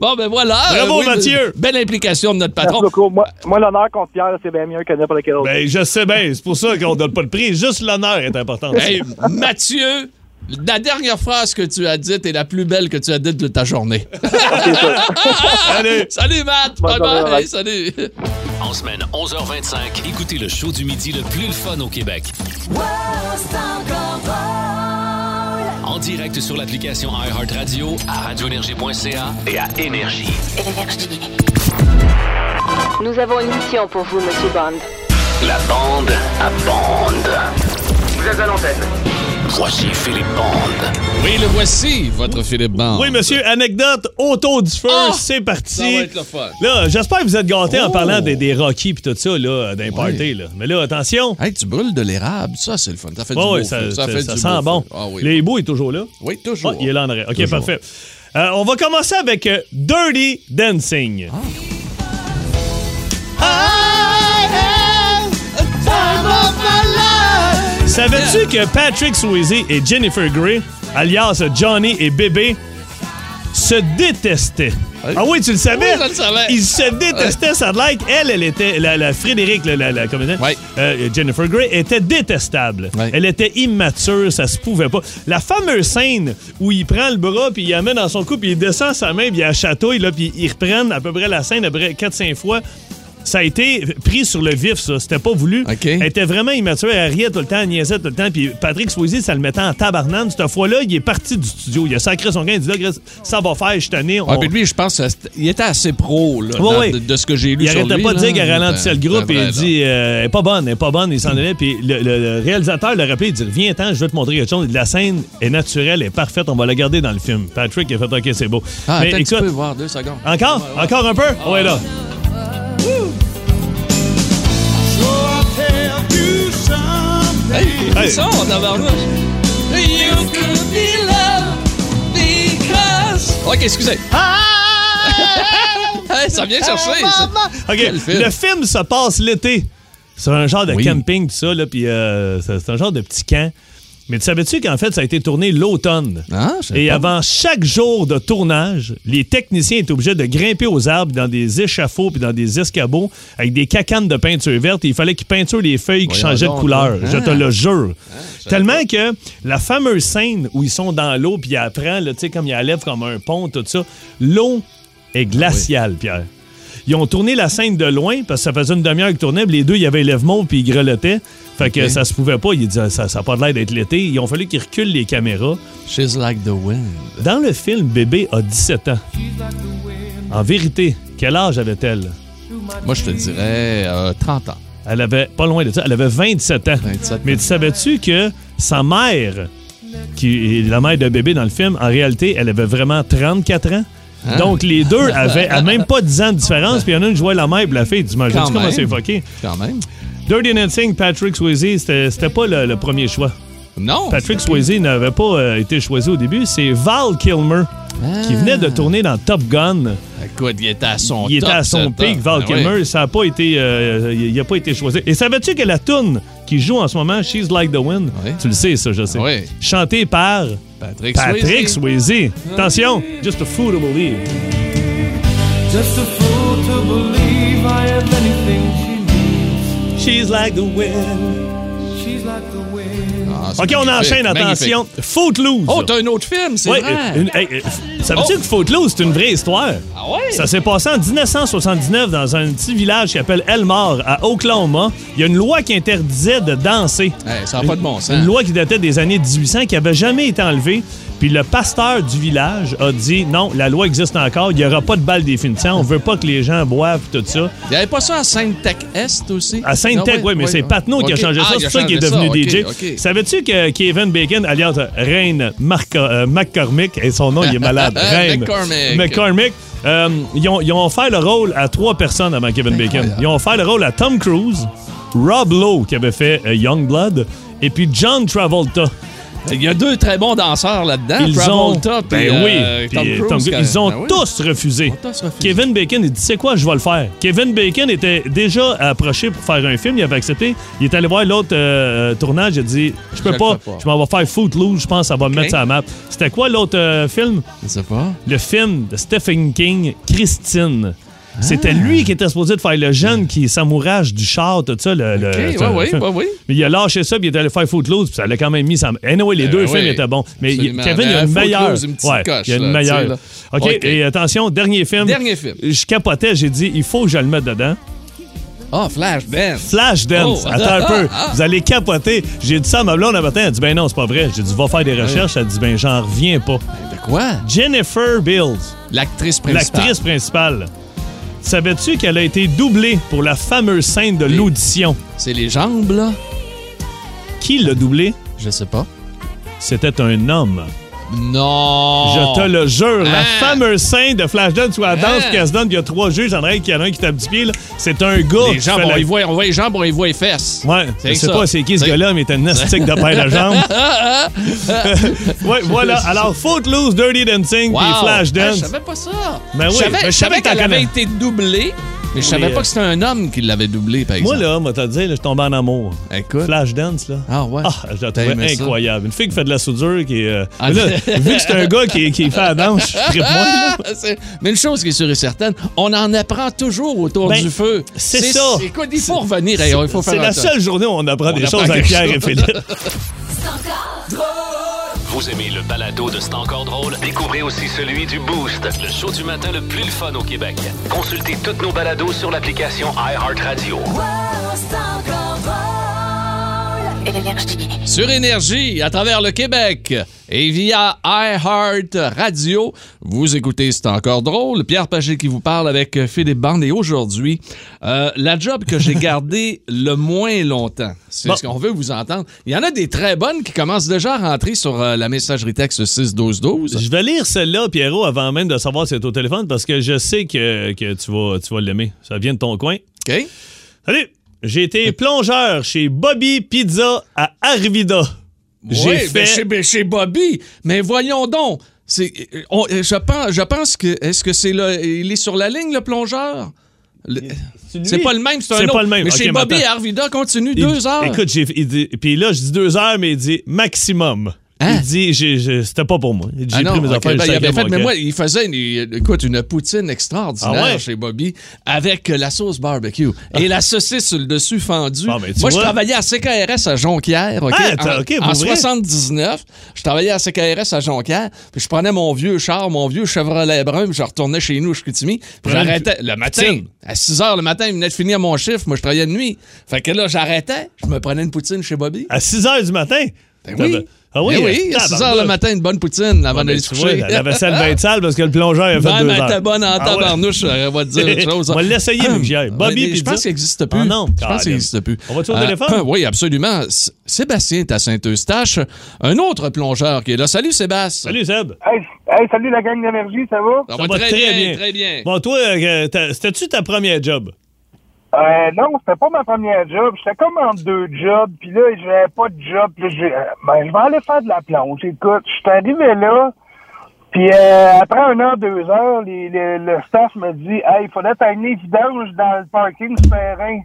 [SPEAKER 2] bon, ben voilà.
[SPEAKER 3] Bravo, Mathieu.
[SPEAKER 2] Belle implication de notre
[SPEAKER 5] Merci
[SPEAKER 2] patron.
[SPEAKER 5] beaucoup. Moi, moi l'honneur qu'on se tire, c'est bien mieux que n'importe quel autre.
[SPEAKER 3] Ben, je sais bien, c'est pour ça qu'on donne pas le prix. Juste l'honneur est important.
[SPEAKER 2] Hey, Mathieu, la dernière phrase que tu as dite est la plus belle que tu as dite de ta journée.
[SPEAKER 3] Allez.
[SPEAKER 2] Salut, Matt.
[SPEAKER 5] Bonne
[SPEAKER 2] Bye bye.
[SPEAKER 5] journée, Matt.
[SPEAKER 2] Salut.
[SPEAKER 1] En semaine 11h25, écoutez le show du midi le plus le fun au Québec. En direct sur l'application iHeartRadio, à radioénergie.ca et à Énergie.
[SPEAKER 8] Nous avons une mission pour vous, Monsieur Bond.
[SPEAKER 1] La bande à bande. Vous êtes à l'antenne. Voici Philippe Bande.
[SPEAKER 2] Oui, le voici, votre Philippe Band.
[SPEAKER 3] Oui, monsieur, anecdote, auto du feu,
[SPEAKER 2] Ah!
[SPEAKER 3] c'est parti.
[SPEAKER 2] Ça va être le fun.
[SPEAKER 3] Là, j'espère que vous êtes gâtés en
[SPEAKER 2] Oh.
[SPEAKER 3] parlant des, des Rockies puis tout ça, là, d'un party, là. Mais là, attention.
[SPEAKER 2] Hey, tu brûles de l'érable, ça c'est le fun. Ça fait du
[SPEAKER 3] Ouais,
[SPEAKER 2] beau
[SPEAKER 3] ouais, ça,
[SPEAKER 2] feu. Ça
[SPEAKER 3] ça-
[SPEAKER 2] fait
[SPEAKER 3] ça
[SPEAKER 2] du
[SPEAKER 3] sent
[SPEAKER 2] beau feu.
[SPEAKER 3] bon.
[SPEAKER 2] Ah oui.
[SPEAKER 3] Les beaux est toujours là.
[SPEAKER 2] Oui,
[SPEAKER 3] Ah,
[SPEAKER 2] toujours.
[SPEAKER 3] il est là en arrière. OK,
[SPEAKER 2] Toujours.
[SPEAKER 3] parfait. Euh, on va commencer avec euh, Dirty Dancing. Savais-tu que Patrick Swayze et Jennifer Grey, alias Johnny et Bébé, se détestaient?
[SPEAKER 2] Oui.
[SPEAKER 3] Ah oui, tu le savais?
[SPEAKER 2] Oui, je le savais.
[SPEAKER 3] Ils se détestaient, ça a l'air. qu'elle, Elle, elle était, la, la Frédéric, la, la, la comédienne,
[SPEAKER 2] Oui.
[SPEAKER 3] euh, Jennifer Grey, était détestable.
[SPEAKER 2] Oui.
[SPEAKER 3] Elle était immature, ça se pouvait pas. La fameuse scène où il prend le bras, puis il l'amène dans son cou, puis il descend sa main, puis il la chatouille, là, puis ils reprennent à peu près la scène à peu près 4-5 fois. Ça a été pris sur le vif, ça. C'était pas voulu.
[SPEAKER 2] OK.
[SPEAKER 3] Elle était vraiment immature. Elle riait tout le temps, elle niaisait tout le temps. Puis Patrick Swayze, ça le mettait en tabarnane. Cette fois-là, il est parti du studio. Il a sacré son gain. Il dit là, Chris, ça va faire, je tenais.
[SPEAKER 2] Ah, puis lui, je pense, que c'était- il était assez pro là,
[SPEAKER 3] Ouais,
[SPEAKER 2] dans-
[SPEAKER 3] ouais.
[SPEAKER 2] de, de ce que j'ai lu
[SPEAKER 3] Il
[SPEAKER 2] sur lui.
[SPEAKER 3] arrêtait pas de
[SPEAKER 2] là.
[SPEAKER 3] dire qu'elle ralentissait le groupe
[SPEAKER 2] C'est
[SPEAKER 3] et il
[SPEAKER 2] vrai, là.
[SPEAKER 3] dit euh, Elle est pas bonne, elle est pas bonne, il s'en allait. Puis le, le- le réalisateur l'a rappelé, il dit Viens-t'en, je vais te montrer quelque chose. La scène est naturelle, est parfaite, on va la garder dans le film. Patrick il a fait Ok, c'est beau.
[SPEAKER 2] Ah,
[SPEAKER 3] Mais
[SPEAKER 2] attends, tu
[SPEAKER 3] écoute,
[SPEAKER 2] peux voir deux secondes.
[SPEAKER 3] encore Encore un peu Ouais, là.
[SPEAKER 2] Hey,
[SPEAKER 3] Hey.
[SPEAKER 2] hey. ça, on tabarnouche. You could be loved because. Ok, excusez. hey, ça vient chercher. ça.
[SPEAKER 3] OK,
[SPEAKER 2] Quel film.
[SPEAKER 3] le film se passe l'été. C'est un genre de
[SPEAKER 2] Oui.
[SPEAKER 3] camping, tout ça, là, puis euh, c'est c'est un genre de petit camp. Mais tu savais-tu qu'en fait, ça a été tourné l'automne?
[SPEAKER 2] Ah, je savais
[SPEAKER 3] Et
[SPEAKER 2] pas.
[SPEAKER 3] avant chaque jour de tournage, les techniciens étaient obligés de grimper aux arbres dans des échafauds puis dans des escabeaux avec des cacanes de peinture verte. Et il fallait qu'ils peinturent les feuilles qui
[SPEAKER 2] Voyons
[SPEAKER 3] changeaient de
[SPEAKER 2] donc,
[SPEAKER 3] couleur.
[SPEAKER 2] hein?
[SPEAKER 3] Je te le jure. Tellement que la fameuse scène où ils sont dans l'eau puis il apprend, là, tu sais, comme il la lève comme un pont, tout ça, l'eau est
[SPEAKER 2] Ah
[SPEAKER 3] glaciale, Pierre. Ils ont tourné la scène de loin parce que ça faisait une demi-heure qu'ils tournaient. puis Les deux, il y avait lève mauve puis ils grelottaient. Fait que
[SPEAKER 2] Ok.
[SPEAKER 3] ça se pouvait pas. Ils disaient, ça n'a pas l'air d'être l'été. Ils ont fallu qu'ils reculent les caméras.
[SPEAKER 2] She's like the wind.
[SPEAKER 3] Dans le film, bébé a 17 ans. En vérité, quel âge avait-elle?
[SPEAKER 2] Moi, je te dirais euh, 30 ans.
[SPEAKER 3] Elle avait, pas loin de ça, elle avait 27 ans.
[SPEAKER 2] 27 ans.
[SPEAKER 3] Mais tu savais-tu que sa mère, qui est la mère de bébé dans le film, en réalité, elle avait vraiment 34 ans?
[SPEAKER 2] Hein?
[SPEAKER 3] Donc, les deux avaient à même pas 10 ans de différence, puis il y en a une jouait la mère et la fille. Tu imagines
[SPEAKER 2] Quand
[SPEAKER 3] comment
[SPEAKER 2] même.
[SPEAKER 3] c'est fucké?
[SPEAKER 2] Quand même.
[SPEAKER 3] Dirty Dancing, Patrick Swayze, c'était c'était pas le, le premier choix.
[SPEAKER 2] Non.
[SPEAKER 3] Patrick Swayze n'avait pas euh, été choisi au début. C'est Val Kilmer
[SPEAKER 2] Ah.
[SPEAKER 3] qui venait de tourner dans Top Gun.
[SPEAKER 2] Écoute, il était à son
[SPEAKER 3] il
[SPEAKER 2] top,
[SPEAKER 3] était à
[SPEAKER 2] ce
[SPEAKER 3] son pic,
[SPEAKER 2] top.
[SPEAKER 3] Val
[SPEAKER 2] Ben oui.
[SPEAKER 3] Kilmer. Ça a pas été, euh, il il a pas été choisi. Et savais-tu que la tune qui joue en ce moment, She's Like the Wind,
[SPEAKER 2] Oui. Ben
[SPEAKER 3] tu le sais, ça, je sais,
[SPEAKER 2] Oui.
[SPEAKER 3] chantée par
[SPEAKER 2] Patrick,
[SPEAKER 3] Patrick
[SPEAKER 2] Swayze.
[SPEAKER 3] Swayze. Attention, just a fool to believe. She's like the wind.
[SPEAKER 2] Ah, c'est
[SPEAKER 3] OK, on
[SPEAKER 2] magnifique,
[SPEAKER 3] enchaîne,
[SPEAKER 2] magnifique.
[SPEAKER 3] attention. Footloose.
[SPEAKER 2] Oh, t'as un autre film, c'est
[SPEAKER 3] Ouais,
[SPEAKER 2] vrai. Oh.
[SPEAKER 3] euh, une- hey, euh, f- Savais-tu que Footloose, c'est une vraie histoire?
[SPEAKER 2] Ah ouais?
[SPEAKER 3] Ça s'est passé en 1979 dans un petit village qui s'appelle Elmore, à Oklahoma. Il y a une loi qui interdisait de danser.
[SPEAKER 2] Hey, ça n'a pas de bon sens.
[SPEAKER 3] Une loi qui datait des années 1800 qui avait jamais été enlevée. Puis le pasteur du village a dit non, la loi existe encore, il n'y aura pas de balle définition, on veut pas que les gens boivent tout ça.
[SPEAKER 2] Il n'y avait pas ça à Sainte-Tech-Est aussi?
[SPEAKER 3] À saint
[SPEAKER 2] Non,
[SPEAKER 3] oui, mais c'est Patnaud qui a
[SPEAKER 2] Ok.
[SPEAKER 3] changé
[SPEAKER 2] Ah,
[SPEAKER 3] ça.
[SPEAKER 2] il
[SPEAKER 3] C'est
[SPEAKER 2] a
[SPEAKER 3] ça qui est
[SPEAKER 2] changé
[SPEAKER 3] devenu
[SPEAKER 2] ça,
[SPEAKER 3] DJ.
[SPEAKER 2] ok, ok.
[SPEAKER 3] Savais-tu que Kevin Bacon, alias Reine Marc- euh, McCormick, et son nom, il est malade. Reine
[SPEAKER 2] McCormick.
[SPEAKER 3] McCormick, euh, ils, ont, ils ont offert le rôle à trois personnes avant Kevin Bacon. Ils ont offert le rôle à Tom Cruise, Rob Lowe, qui avait fait euh, Youngblood, et puis John Travolta.
[SPEAKER 2] Il y a deux très bons danseurs là-dedans.
[SPEAKER 3] Ils
[SPEAKER 2] Travolta
[SPEAKER 3] ont,
[SPEAKER 2] puis,
[SPEAKER 3] ben oui,
[SPEAKER 2] euh,
[SPEAKER 3] puis,
[SPEAKER 2] Tom
[SPEAKER 3] euh,
[SPEAKER 2] Cruise.
[SPEAKER 3] Tom Cruise.
[SPEAKER 2] quand-
[SPEAKER 3] ils ont
[SPEAKER 2] Ben oui.
[SPEAKER 3] tous refusé.
[SPEAKER 2] Ils ont tous refusé.
[SPEAKER 3] Kevin Bacon, il dit, c'est quoi, je vais le faire. Kevin Bacon était déjà approché pour faire un film, il avait accepté. Il est allé voir l'autre euh, tournage, il a dit, je peux
[SPEAKER 2] Je le
[SPEAKER 3] pas,
[SPEAKER 2] fais pas.
[SPEAKER 3] je m'en vais faire Footloose, je pense, que ça va me mettre
[SPEAKER 2] Ok.
[SPEAKER 3] sur la map. C'était quoi l'autre euh, film?
[SPEAKER 2] Je sais pas.
[SPEAKER 3] Le film de Stephen King, Christine. C'était lui qui était supposé de faire le jeune qui s'amourage du char, tout ça. Le, le-
[SPEAKER 2] Ok, ouais,
[SPEAKER 3] ça, le
[SPEAKER 2] ouais,
[SPEAKER 3] film.
[SPEAKER 2] ouais, ouais.
[SPEAKER 3] Mais il a lâché ça, puis il est allé faire Footloose, puis ça l'a quand même mis. Ça... Anyway, les
[SPEAKER 2] Ben
[SPEAKER 3] deux
[SPEAKER 2] oui,
[SPEAKER 3] films étaient bons. Mais il-
[SPEAKER 2] absolument.
[SPEAKER 3] Kevin, il y a
[SPEAKER 2] Ben,
[SPEAKER 3] une
[SPEAKER 2] Footloose,
[SPEAKER 3] meilleure.
[SPEAKER 2] une petite coche,
[SPEAKER 3] il y a une
[SPEAKER 2] là, tu sais,
[SPEAKER 3] meilleure.
[SPEAKER 2] là.
[SPEAKER 3] OK,
[SPEAKER 2] OK.
[SPEAKER 3] et attention, dernier film.
[SPEAKER 2] Dernier film.
[SPEAKER 3] Je capotais, j'ai dit, il faut que je le mette dedans.
[SPEAKER 2] Ah, Flashdance.
[SPEAKER 3] Flashdance,
[SPEAKER 2] Oh.
[SPEAKER 3] attends un peu. Vous allez capoter. J'ai dit ça à ma blonde un matin, elle dit, ben non, c'est pas vrai. J'ai dit, va
[SPEAKER 2] Ah
[SPEAKER 3] faire des recherches. Elle dit, ben j'en reviens pas.
[SPEAKER 2] De quoi?
[SPEAKER 3] Jennifer Bills.
[SPEAKER 2] L'actrice principale.
[SPEAKER 3] L'actrice principale. Savais-tu qu'elle a été doublée pour la fameuse scène de l'audition?
[SPEAKER 2] C'est les jambes, là?
[SPEAKER 3] Qui l'a doublée?
[SPEAKER 2] Je sais pas.
[SPEAKER 3] C'était un homme.
[SPEAKER 2] Non!
[SPEAKER 3] Je te le jure, la
[SPEAKER 2] Ah.
[SPEAKER 3] fameuse scène de Flashdance où elle danse,
[SPEAKER 2] Ah.
[SPEAKER 3] qu'elle se donne, il y a trois juges, en règle, qu'il y en a un qui tape du pied, là. C'est un gars
[SPEAKER 2] Les
[SPEAKER 3] qui
[SPEAKER 2] jambes,
[SPEAKER 3] fait
[SPEAKER 2] on
[SPEAKER 3] la-
[SPEAKER 2] y voit, on voit les jambes, on y voit les fesses.
[SPEAKER 3] Ouais, je
[SPEAKER 2] que
[SPEAKER 3] sais
[SPEAKER 2] ça.
[SPEAKER 3] pas c'est qui ce gars-là, mais il était un astique de paire de jambes. ouais, voilà. Alors, Footloose, Dirty Dancing,
[SPEAKER 2] Wow.
[SPEAKER 3] puis
[SPEAKER 2] Ah, je
[SPEAKER 3] Flashdance.
[SPEAKER 2] savais pas ça.
[SPEAKER 3] Ben oui,
[SPEAKER 2] je savais,
[SPEAKER 3] ben, je
[SPEAKER 2] je
[SPEAKER 3] savais
[SPEAKER 2] savais
[SPEAKER 3] que t'en
[SPEAKER 2] qu'elle avait
[SPEAKER 3] connais.
[SPEAKER 2] été doublée, mais je savais
[SPEAKER 3] Mais,
[SPEAKER 2] pas que c'était un homme qui l'avait doublée, par
[SPEAKER 3] euh. Moi,
[SPEAKER 2] exemple.
[SPEAKER 3] là, moi, t'as dit, là, je suis tombé en amour.
[SPEAKER 2] Écoute.
[SPEAKER 3] Flashdance, là.
[SPEAKER 2] Ah ouais.
[SPEAKER 3] Ah, je la
[SPEAKER 2] T'as
[SPEAKER 3] trouvais
[SPEAKER 2] aimé ça?
[SPEAKER 3] incroyable. Une fille qui fait de la soudure, qui est. euh,
[SPEAKER 2] Ah,
[SPEAKER 3] mais là,
[SPEAKER 2] mais-
[SPEAKER 3] vu que c'est un gars qui, qui fait la danse, je tripe moins, là.
[SPEAKER 2] Ah, c'est- Mais une chose qui est sûre et certaine, on en apprend toujours autour
[SPEAKER 3] Ben,
[SPEAKER 2] du feu.
[SPEAKER 3] c'est ça.
[SPEAKER 2] Écoute, il faut revenir. hey, il faut
[SPEAKER 3] C'est
[SPEAKER 2] faire
[SPEAKER 3] la
[SPEAKER 2] un
[SPEAKER 3] seule journée où on apprend des
[SPEAKER 2] apprend
[SPEAKER 3] choses avec
[SPEAKER 2] quelque
[SPEAKER 3] Pierre
[SPEAKER 2] chose.
[SPEAKER 3] et Philippe.
[SPEAKER 1] Vous aimez le balado de C'est encore drôle? Découvrez aussi celui du Boost, le show du matin le plus le fun au Québec. Consultez tous nos balados sur l'application iHeartRadio.
[SPEAKER 2] tour. Sur Énergie, à travers le Québec et via iHeart Radio, vous écoutez C'est encore drôle. Pierre Pagé qui vous parle avec Philippe Bande. Et aujourd'hui, euh, la job que j'ai gardée le moins longtemps, c'est
[SPEAKER 3] Bon.
[SPEAKER 2] ce qu'on veut vous entendre. Il y en a des très bonnes qui commencent déjà à rentrer sur euh, la messagerie texte 61212.
[SPEAKER 3] Je vais lire celle-là, Pierrot, avant même de savoir si c'est au téléphone, parce que je sais que, que tu vas, tu vas l'aimer. Ça vient de ton coin.
[SPEAKER 2] OK?
[SPEAKER 3] Salut! J'ai été plongeur chez Bobby Pizza à Arvida. J'ai
[SPEAKER 2] Oui,
[SPEAKER 3] fait.
[SPEAKER 2] ben, chez, ben, chez Bobby. Mais voyons donc. C'est, euh, on- euh, je, pense, je pense que. Est-ce que c'est le. Il est sur la ligne, le plongeur? Le-
[SPEAKER 3] lui?
[SPEAKER 2] c'est pas le même, c'est un
[SPEAKER 3] C'est
[SPEAKER 2] autre.
[SPEAKER 3] pas le même.
[SPEAKER 2] Mais
[SPEAKER 3] Ok,
[SPEAKER 2] chez
[SPEAKER 3] mais
[SPEAKER 2] Bobby,
[SPEAKER 3] attends.
[SPEAKER 2] Arvida continue
[SPEAKER 3] Il-
[SPEAKER 2] deux heures.
[SPEAKER 3] Écoute, j'ai, il dit- puis là, je dis deux heures, mais il dit maximum.
[SPEAKER 2] Hein?
[SPEAKER 3] Il dit, j'ai- j'ai- c'était pas pour moi. Il dit,
[SPEAKER 2] Ah
[SPEAKER 3] J'ai
[SPEAKER 2] non,
[SPEAKER 3] pris mes
[SPEAKER 2] ok,
[SPEAKER 3] affaires.
[SPEAKER 2] ben,
[SPEAKER 3] j'ai
[SPEAKER 2] il
[SPEAKER 3] cinq
[SPEAKER 2] avait
[SPEAKER 3] heures,
[SPEAKER 2] fait,
[SPEAKER 3] mon
[SPEAKER 2] mais
[SPEAKER 3] gars.
[SPEAKER 2] moi, il faisait une, écoute, une poutine extraordinaire
[SPEAKER 3] Ah ouais?
[SPEAKER 2] chez Bobby avec euh, la sauce barbecue et la saucisse sur le dessus fendue.
[SPEAKER 3] Bon, ben, tu
[SPEAKER 2] moi, je
[SPEAKER 3] vois.
[SPEAKER 2] travaillais à CKRS à Jonquière, OK?
[SPEAKER 3] Ah, t'as-
[SPEAKER 2] en,
[SPEAKER 3] ok,
[SPEAKER 2] en
[SPEAKER 3] pour vrai?
[SPEAKER 2] 79, je travaillais à CKRS à Jonquière, puis je prenais mon vieux char, mon vieux Chevrolet brun, puis je retournais chez nous, à Chicoutimi, puis
[SPEAKER 3] Prenais une
[SPEAKER 2] j'arrêtais le matin.
[SPEAKER 3] poutine.
[SPEAKER 2] À 6 h le matin, il venait de finir mon chiffre, moi, je travaillais de nuit. Fait que là, j'arrêtais, je me prenais une poutine chez Bobby.
[SPEAKER 3] À 6 heures du matin?
[SPEAKER 2] Ben oui.
[SPEAKER 3] Ah oui?
[SPEAKER 2] Ben oui, à 6 h le
[SPEAKER 3] tabarnak.
[SPEAKER 2] matin, une bonne poutine avant
[SPEAKER 3] Ah, ben,
[SPEAKER 2] d'aller se
[SPEAKER 3] tu vois,
[SPEAKER 2] coucher.
[SPEAKER 3] La vaisselle va être sale parce que le plongeur a fait
[SPEAKER 2] Ben,
[SPEAKER 3] deux
[SPEAKER 2] mais
[SPEAKER 3] heures.
[SPEAKER 2] t'es bonne en
[SPEAKER 3] Ah ouais.
[SPEAKER 2] tabarnouche, euh, on va te dire autre chose.
[SPEAKER 3] On va l'essayer,
[SPEAKER 2] Hum.
[SPEAKER 3] Mick Jagger. Bobby
[SPEAKER 2] Je
[SPEAKER 3] Pizza.
[SPEAKER 2] pense qu'il n'existe plus.
[SPEAKER 3] Ah non,
[SPEAKER 2] Je pense
[SPEAKER 3] Caroline.
[SPEAKER 2] qu'il n'existe plus.
[SPEAKER 3] On va-tu au
[SPEAKER 2] Euh,
[SPEAKER 3] téléphone?
[SPEAKER 2] euh, oui, absolument. S- Sébastien est à Saint-Eustache. Un autre plongeur qui est là. Salut, Sébastien.
[SPEAKER 3] Salut Seb.
[SPEAKER 5] Hey, Hey, salut la gang d'énergie, ça va?
[SPEAKER 2] Ça, va très, bien, très bien.
[SPEAKER 3] Bon, toi, euh, t'as- c'était-tu ta première job?
[SPEAKER 5] Euh, non, c'était pas ma première job. J'étais comme en deux jobs, puis là, j'avais pas de job. Puis là, j'ai, euh, ben, je vais aller faire de la plonge. Écoute, je suis arrivé là, puis euh, après un an, deux heures, les- les- le staff me dit « Hey, il faudrait t'amener vidange dans le parking souterrain.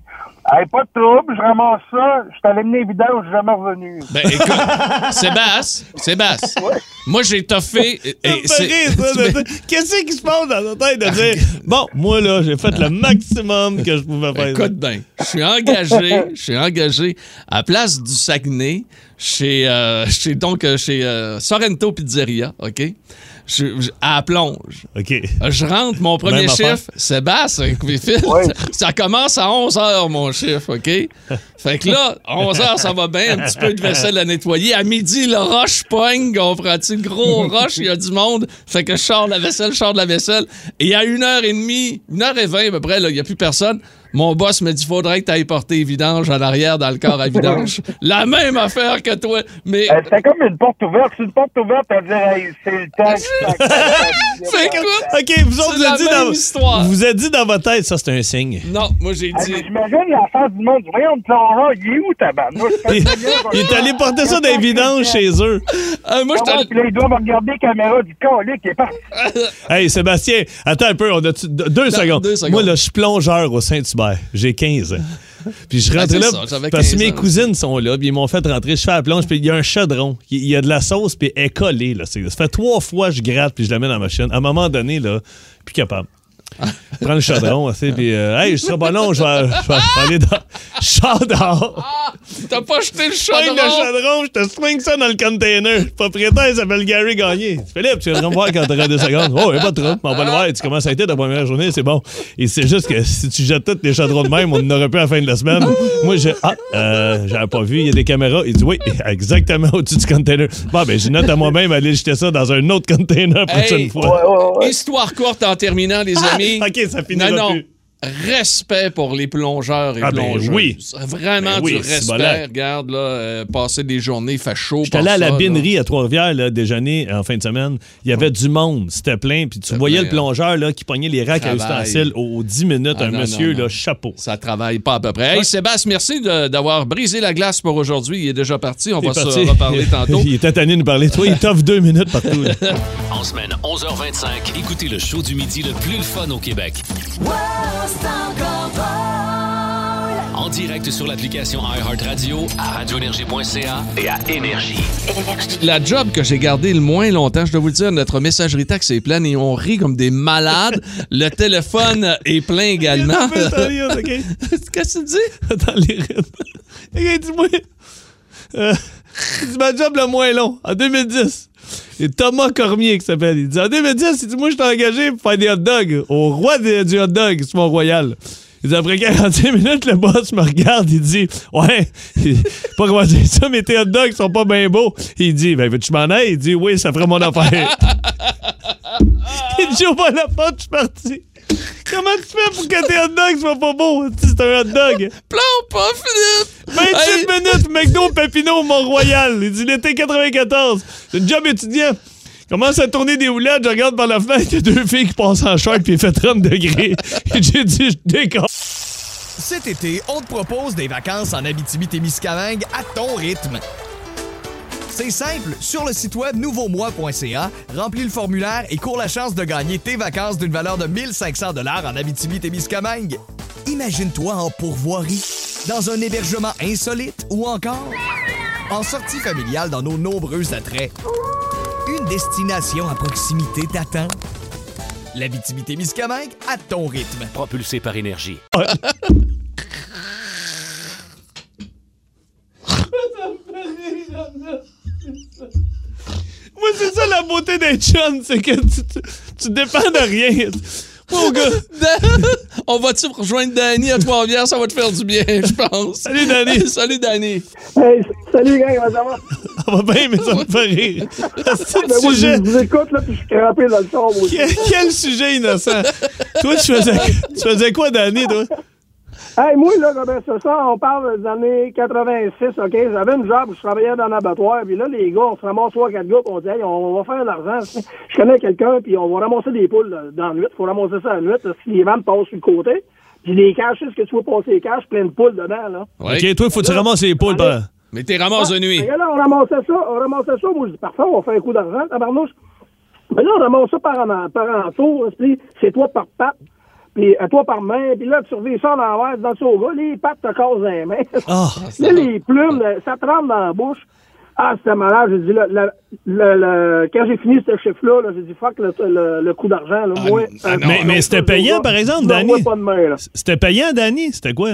[SPEAKER 5] Hey, pas de trouble, je ramasse ça. Je t'allais mener vidange, je suis jamais revenu.
[SPEAKER 2] Ben, écoute, Sébastien, Sébastien, moi, j'ai toffé. et-
[SPEAKER 3] Ça me
[SPEAKER 2] et
[SPEAKER 3] fait
[SPEAKER 2] c'est- Ah,
[SPEAKER 3] rire, ça, de- Qu'est-ce qui se passe dans ta tête de dire Bon, moi là, j'ai fait le maximum que je pouvais faire.
[SPEAKER 2] Ben, Écoute bien, je suis engagé, je suis engagé à Place du Saguenay, chez, euh, chez donc euh, chez euh, Sorrento Pizzeria, OK? Je, je- à la plonge.
[SPEAKER 3] OK.
[SPEAKER 2] Je rentre, mon premier
[SPEAKER 3] Même affaire.
[SPEAKER 2] chiffre, Sébastien, écoutez, Phil,
[SPEAKER 5] Ouais.
[SPEAKER 2] ça commence à 11h, mon chiffre, OK? Fait que là, 11h, ça va bien, un petit peu de vaisselle à nettoyer. À midi, le roche pogne, comprends-tu? Le gros roche, il y a du monde. Fait que je sors de la vaisselle, je sors de la vaisselle. Et à 1h30, 1h20 à peu près, là, il n'y a plus personne. Mon boss me dit faudrait que tu ailles porter vidange à l'arrière dans le corps à vidange. La même affaire que toi, mais.
[SPEAKER 5] Euh, c'était comme une porte ouverte. C'est une porte ouverte à dire hey, « C'est le temps. que euh, je fasse ça.
[SPEAKER 2] Fait que quoi?
[SPEAKER 3] OK, vous autres,
[SPEAKER 2] C'est
[SPEAKER 3] vous
[SPEAKER 2] la
[SPEAKER 3] avez dit
[SPEAKER 2] même
[SPEAKER 3] dans
[SPEAKER 2] histoire.
[SPEAKER 3] vous avez dit dans votre tête, ça c'est un signe.
[SPEAKER 2] Non, moi j'ai
[SPEAKER 5] Ah,
[SPEAKER 2] dit.
[SPEAKER 5] mais J'imagine l'affaire du monde. Voyons, le plongeur, il est où, tabarnouche?
[SPEAKER 3] Il il est allé porter ça dans les vidanges chez eux.
[SPEAKER 2] Ah, moi, je
[SPEAKER 5] Ah ouais,
[SPEAKER 2] t'allais-
[SPEAKER 5] puis là, il doit me regarder les caméras du calique, il est parti.
[SPEAKER 3] Hey Sébastien, attends un peu, on a deux, secondes.
[SPEAKER 2] deux secondes.
[SPEAKER 3] Moi là, je suis plongeur au Saint-Hubert. J'ai 15 ans. Puis je
[SPEAKER 2] Ben,
[SPEAKER 3] rentre
[SPEAKER 2] c'est
[SPEAKER 3] là
[SPEAKER 2] ça, j'avais
[SPEAKER 3] parce que
[SPEAKER 2] 15
[SPEAKER 3] mes
[SPEAKER 2] ans.
[SPEAKER 3] cousines sont là, puis ils m'ont fait rentrer, je fais la plonge, puis il y a un chaudron, il y a de la sauce puis elle est collée là, C'est- ça fait trois fois que je gratte puis je la mets dans ma chaîne. À un moment donné là, plus capable. Prends le chaudron, tu sais, puis euh, hey, je serai pas long, je vais, je vais aller dans chaudron.
[SPEAKER 2] T'as pas jeté le
[SPEAKER 3] Swing le
[SPEAKER 2] chaudron.
[SPEAKER 3] chaudron, je te swing ça dans le container. Le propriétaire il s'appelle Gary Gagné. Philippe, tu viendras me voir quand t'auras deux secondes. Oh, y'a pas de trouble, on va le voir. Tu sais comment ça a été ta première journée, c'est bon. Et c'est juste que si tu jettes tous tes chaudrons de même, on en aurait plus à la fin de la semaine. Moi, j'ai. Ah, euh, j'avais pas vu, il y a des caméras. Il dit oui, exactement au-dessus du container. Bon, ben, je note à moi-même aller jeter ça dans un autre container pour
[SPEAKER 2] Hey.
[SPEAKER 3] une fois.
[SPEAKER 2] Histoire courte en terminant, les amis.
[SPEAKER 3] Oh, Ah, ok, ça finira
[SPEAKER 2] Non, non.
[SPEAKER 3] plus.
[SPEAKER 2] Respect pour les plongeurs et
[SPEAKER 3] Ah, ben
[SPEAKER 2] plongeuses.
[SPEAKER 3] oui.
[SPEAKER 2] Vraiment
[SPEAKER 3] Ben oui,
[SPEAKER 2] du
[SPEAKER 3] c'est
[SPEAKER 2] respect.
[SPEAKER 3] bon.
[SPEAKER 2] Regarde, là, euh, passer des journées, il fait chaud.
[SPEAKER 3] J'étais
[SPEAKER 2] par
[SPEAKER 3] allé à
[SPEAKER 2] ça,
[SPEAKER 3] la
[SPEAKER 2] là.
[SPEAKER 3] binerie à Trois-Rivières, là, déjeuner en fin de semaine. Il y avait du monde, c'était plein. Puis tu voyais
[SPEAKER 2] plein,
[SPEAKER 3] le plongeur là, qui pognait les racks à
[SPEAKER 2] Travail.
[SPEAKER 3] ustensiles aux 10 minutes.
[SPEAKER 2] Ah,
[SPEAKER 3] un
[SPEAKER 2] non,
[SPEAKER 3] monsieur,
[SPEAKER 2] non, non.
[SPEAKER 3] là, chapeau.
[SPEAKER 2] Ça travaille pas à peu près. Hey, Sébastien, merci de- d'avoir brisé la glace pour aujourd'hui. Il est déjà parti. On
[SPEAKER 3] Il est
[SPEAKER 2] va
[SPEAKER 3] parti.
[SPEAKER 2] se reparler tantôt.
[SPEAKER 3] il était tanné de nous parler. Toi, il t'offre deux minutes partout. là.
[SPEAKER 1] En semaine 11h25, écoutez le show du midi le plus le fun au Québec. En direct sur l'application iHeartRadio, à radioénergie.ca et à Énergie.
[SPEAKER 2] La job que j'ai gardée le moins longtemps, je dois vous le dire, notre messagerie taxe est pleine et on rit comme des malades. le téléphone est plein également.
[SPEAKER 3] Fais ça rire, ok?
[SPEAKER 2] Qu'est-ce que tu dis?
[SPEAKER 3] Dans les rythmes. Ok, dis-moi. Euh, c'est ma job le moins long, en 2010. Et Thomas Cormier qui s'appelle. Il dit En 2010, il dit Moi, je t'ai engagé pour faire des hot dogs au roi des- du hot dog sur Mont-Royal. Il dit Après 45 minutes, le boss me regarde. Il dit Ouais, je sais pas comment dire ça, mais tes hot dogs sont pas bien beaux. Il dit Ben, veux-tu m'en aller Il dit Oui, ça ferait mon affaire. il dit oh, J'ouvre la porte, je suis parti. Comment tu fais pour que tes hot dogs soient pas beaux Si c'est un hot dog.
[SPEAKER 2] Plomb pas, Philippe!
[SPEAKER 3] 28 minutes, McDo Papineau, Mont-Royal. Il dit l'été 94. C'est une job étudiant. Commence à tourner des houlettes, je regarde par la fenêtre, il y a deux filles qui passent en short puis il fait 30 degrés. Et j'ai dit, je déconne.
[SPEAKER 6] Cet été, on te propose des vacances en Abitibi-Témiscamingue à ton rythme. C'est simple, sur le site web nouveaumois.ca, remplis le formulaire et cours la chance de gagner tes vacances d'une valeur de 1500 dollars en Abitibi-Témiscamingue. Imagine-toi en pourvoirie, dans un hébergement insolite ou encore en sortie familiale dans nos nombreux attraits. Une destination à proximité t'attend. L'Abitibi-Témiscamingue à ton rythme.
[SPEAKER 1] Propulsé par Énergie.
[SPEAKER 3] Moi, c'est ça la beauté des jeunes, c'est que tu, tu, tu dépends de rien. Mon gars,
[SPEAKER 2] On va-tu rejoindre Danny à Trois-Rivières? Ça va te faire du bien, je pense.
[SPEAKER 3] Salut, Danny.
[SPEAKER 2] Salut, Danny.
[SPEAKER 5] Hey, salut, gang, comment ça va?
[SPEAKER 3] ça va bien, mais ça me fait rire. C'est
[SPEAKER 5] Ben,
[SPEAKER 3] le
[SPEAKER 5] moi, je
[SPEAKER 3] sujet.
[SPEAKER 5] je vous écoute, là, puis je suis crampé dans le son, moi aussi.
[SPEAKER 3] Quel, quel sujet innocent. toi, tu faisais, tu faisais quoi, Danny, toi?
[SPEAKER 9] Hey, moi, là, Robert Sosa, on parle des années 86, OK? J'avais une job où je travaillais dans un abattoir, puis là, les gars, on se ramasse trois, quatre gars, puis on dit, hey, on va faire de l'argent. Je connais quelqu'un, puis on va ramasser des poules là, dans la nuit. faut ramasser ça la nuit, parce que les ventes passent sur le côté. Puis les caches, est-ce que tu veux passer les caches, plein de poules dedans, là?
[SPEAKER 3] OK, toi, il faut que tu ramasses les poules. ben.
[SPEAKER 2] Mais t'es ramasse de nuit.
[SPEAKER 9] Fait que là, on ramassait ça, on ramassait ça. Moi, je dis, parfait, on fait un coup d'argent, tabarnouche. Mais là, on ramasse ça par en, par en tour, puis c'est toi par patte, puis à toi par main, puis là, tu reviens ça en l'envers, dans le au gars, les pattes te causent les mains.
[SPEAKER 3] Ah.
[SPEAKER 9] là, les plumes, là, ça te rentre dans la bouche. Ah, c'était malade. J'ai dit, là, là, là, là, quand j'ai fini ce chiffre-là, là, j'ai dit, fuck le, le, le coup d'argent. là, moi,
[SPEAKER 2] ah,
[SPEAKER 9] euh,
[SPEAKER 2] non,
[SPEAKER 3] mais
[SPEAKER 2] non,
[SPEAKER 3] mais
[SPEAKER 2] non,
[SPEAKER 3] c'était
[SPEAKER 9] ça, je
[SPEAKER 3] payant,
[SPEAKER 9] vois-
[SPEAKER 3] par exemple,
[SPEAKER 9] je vois
[SPEAKER 3] Danny?
[SPEAKER 9] pas de main, là.
[SPEAKER 3] C'était payant, Danny? C'était quoi?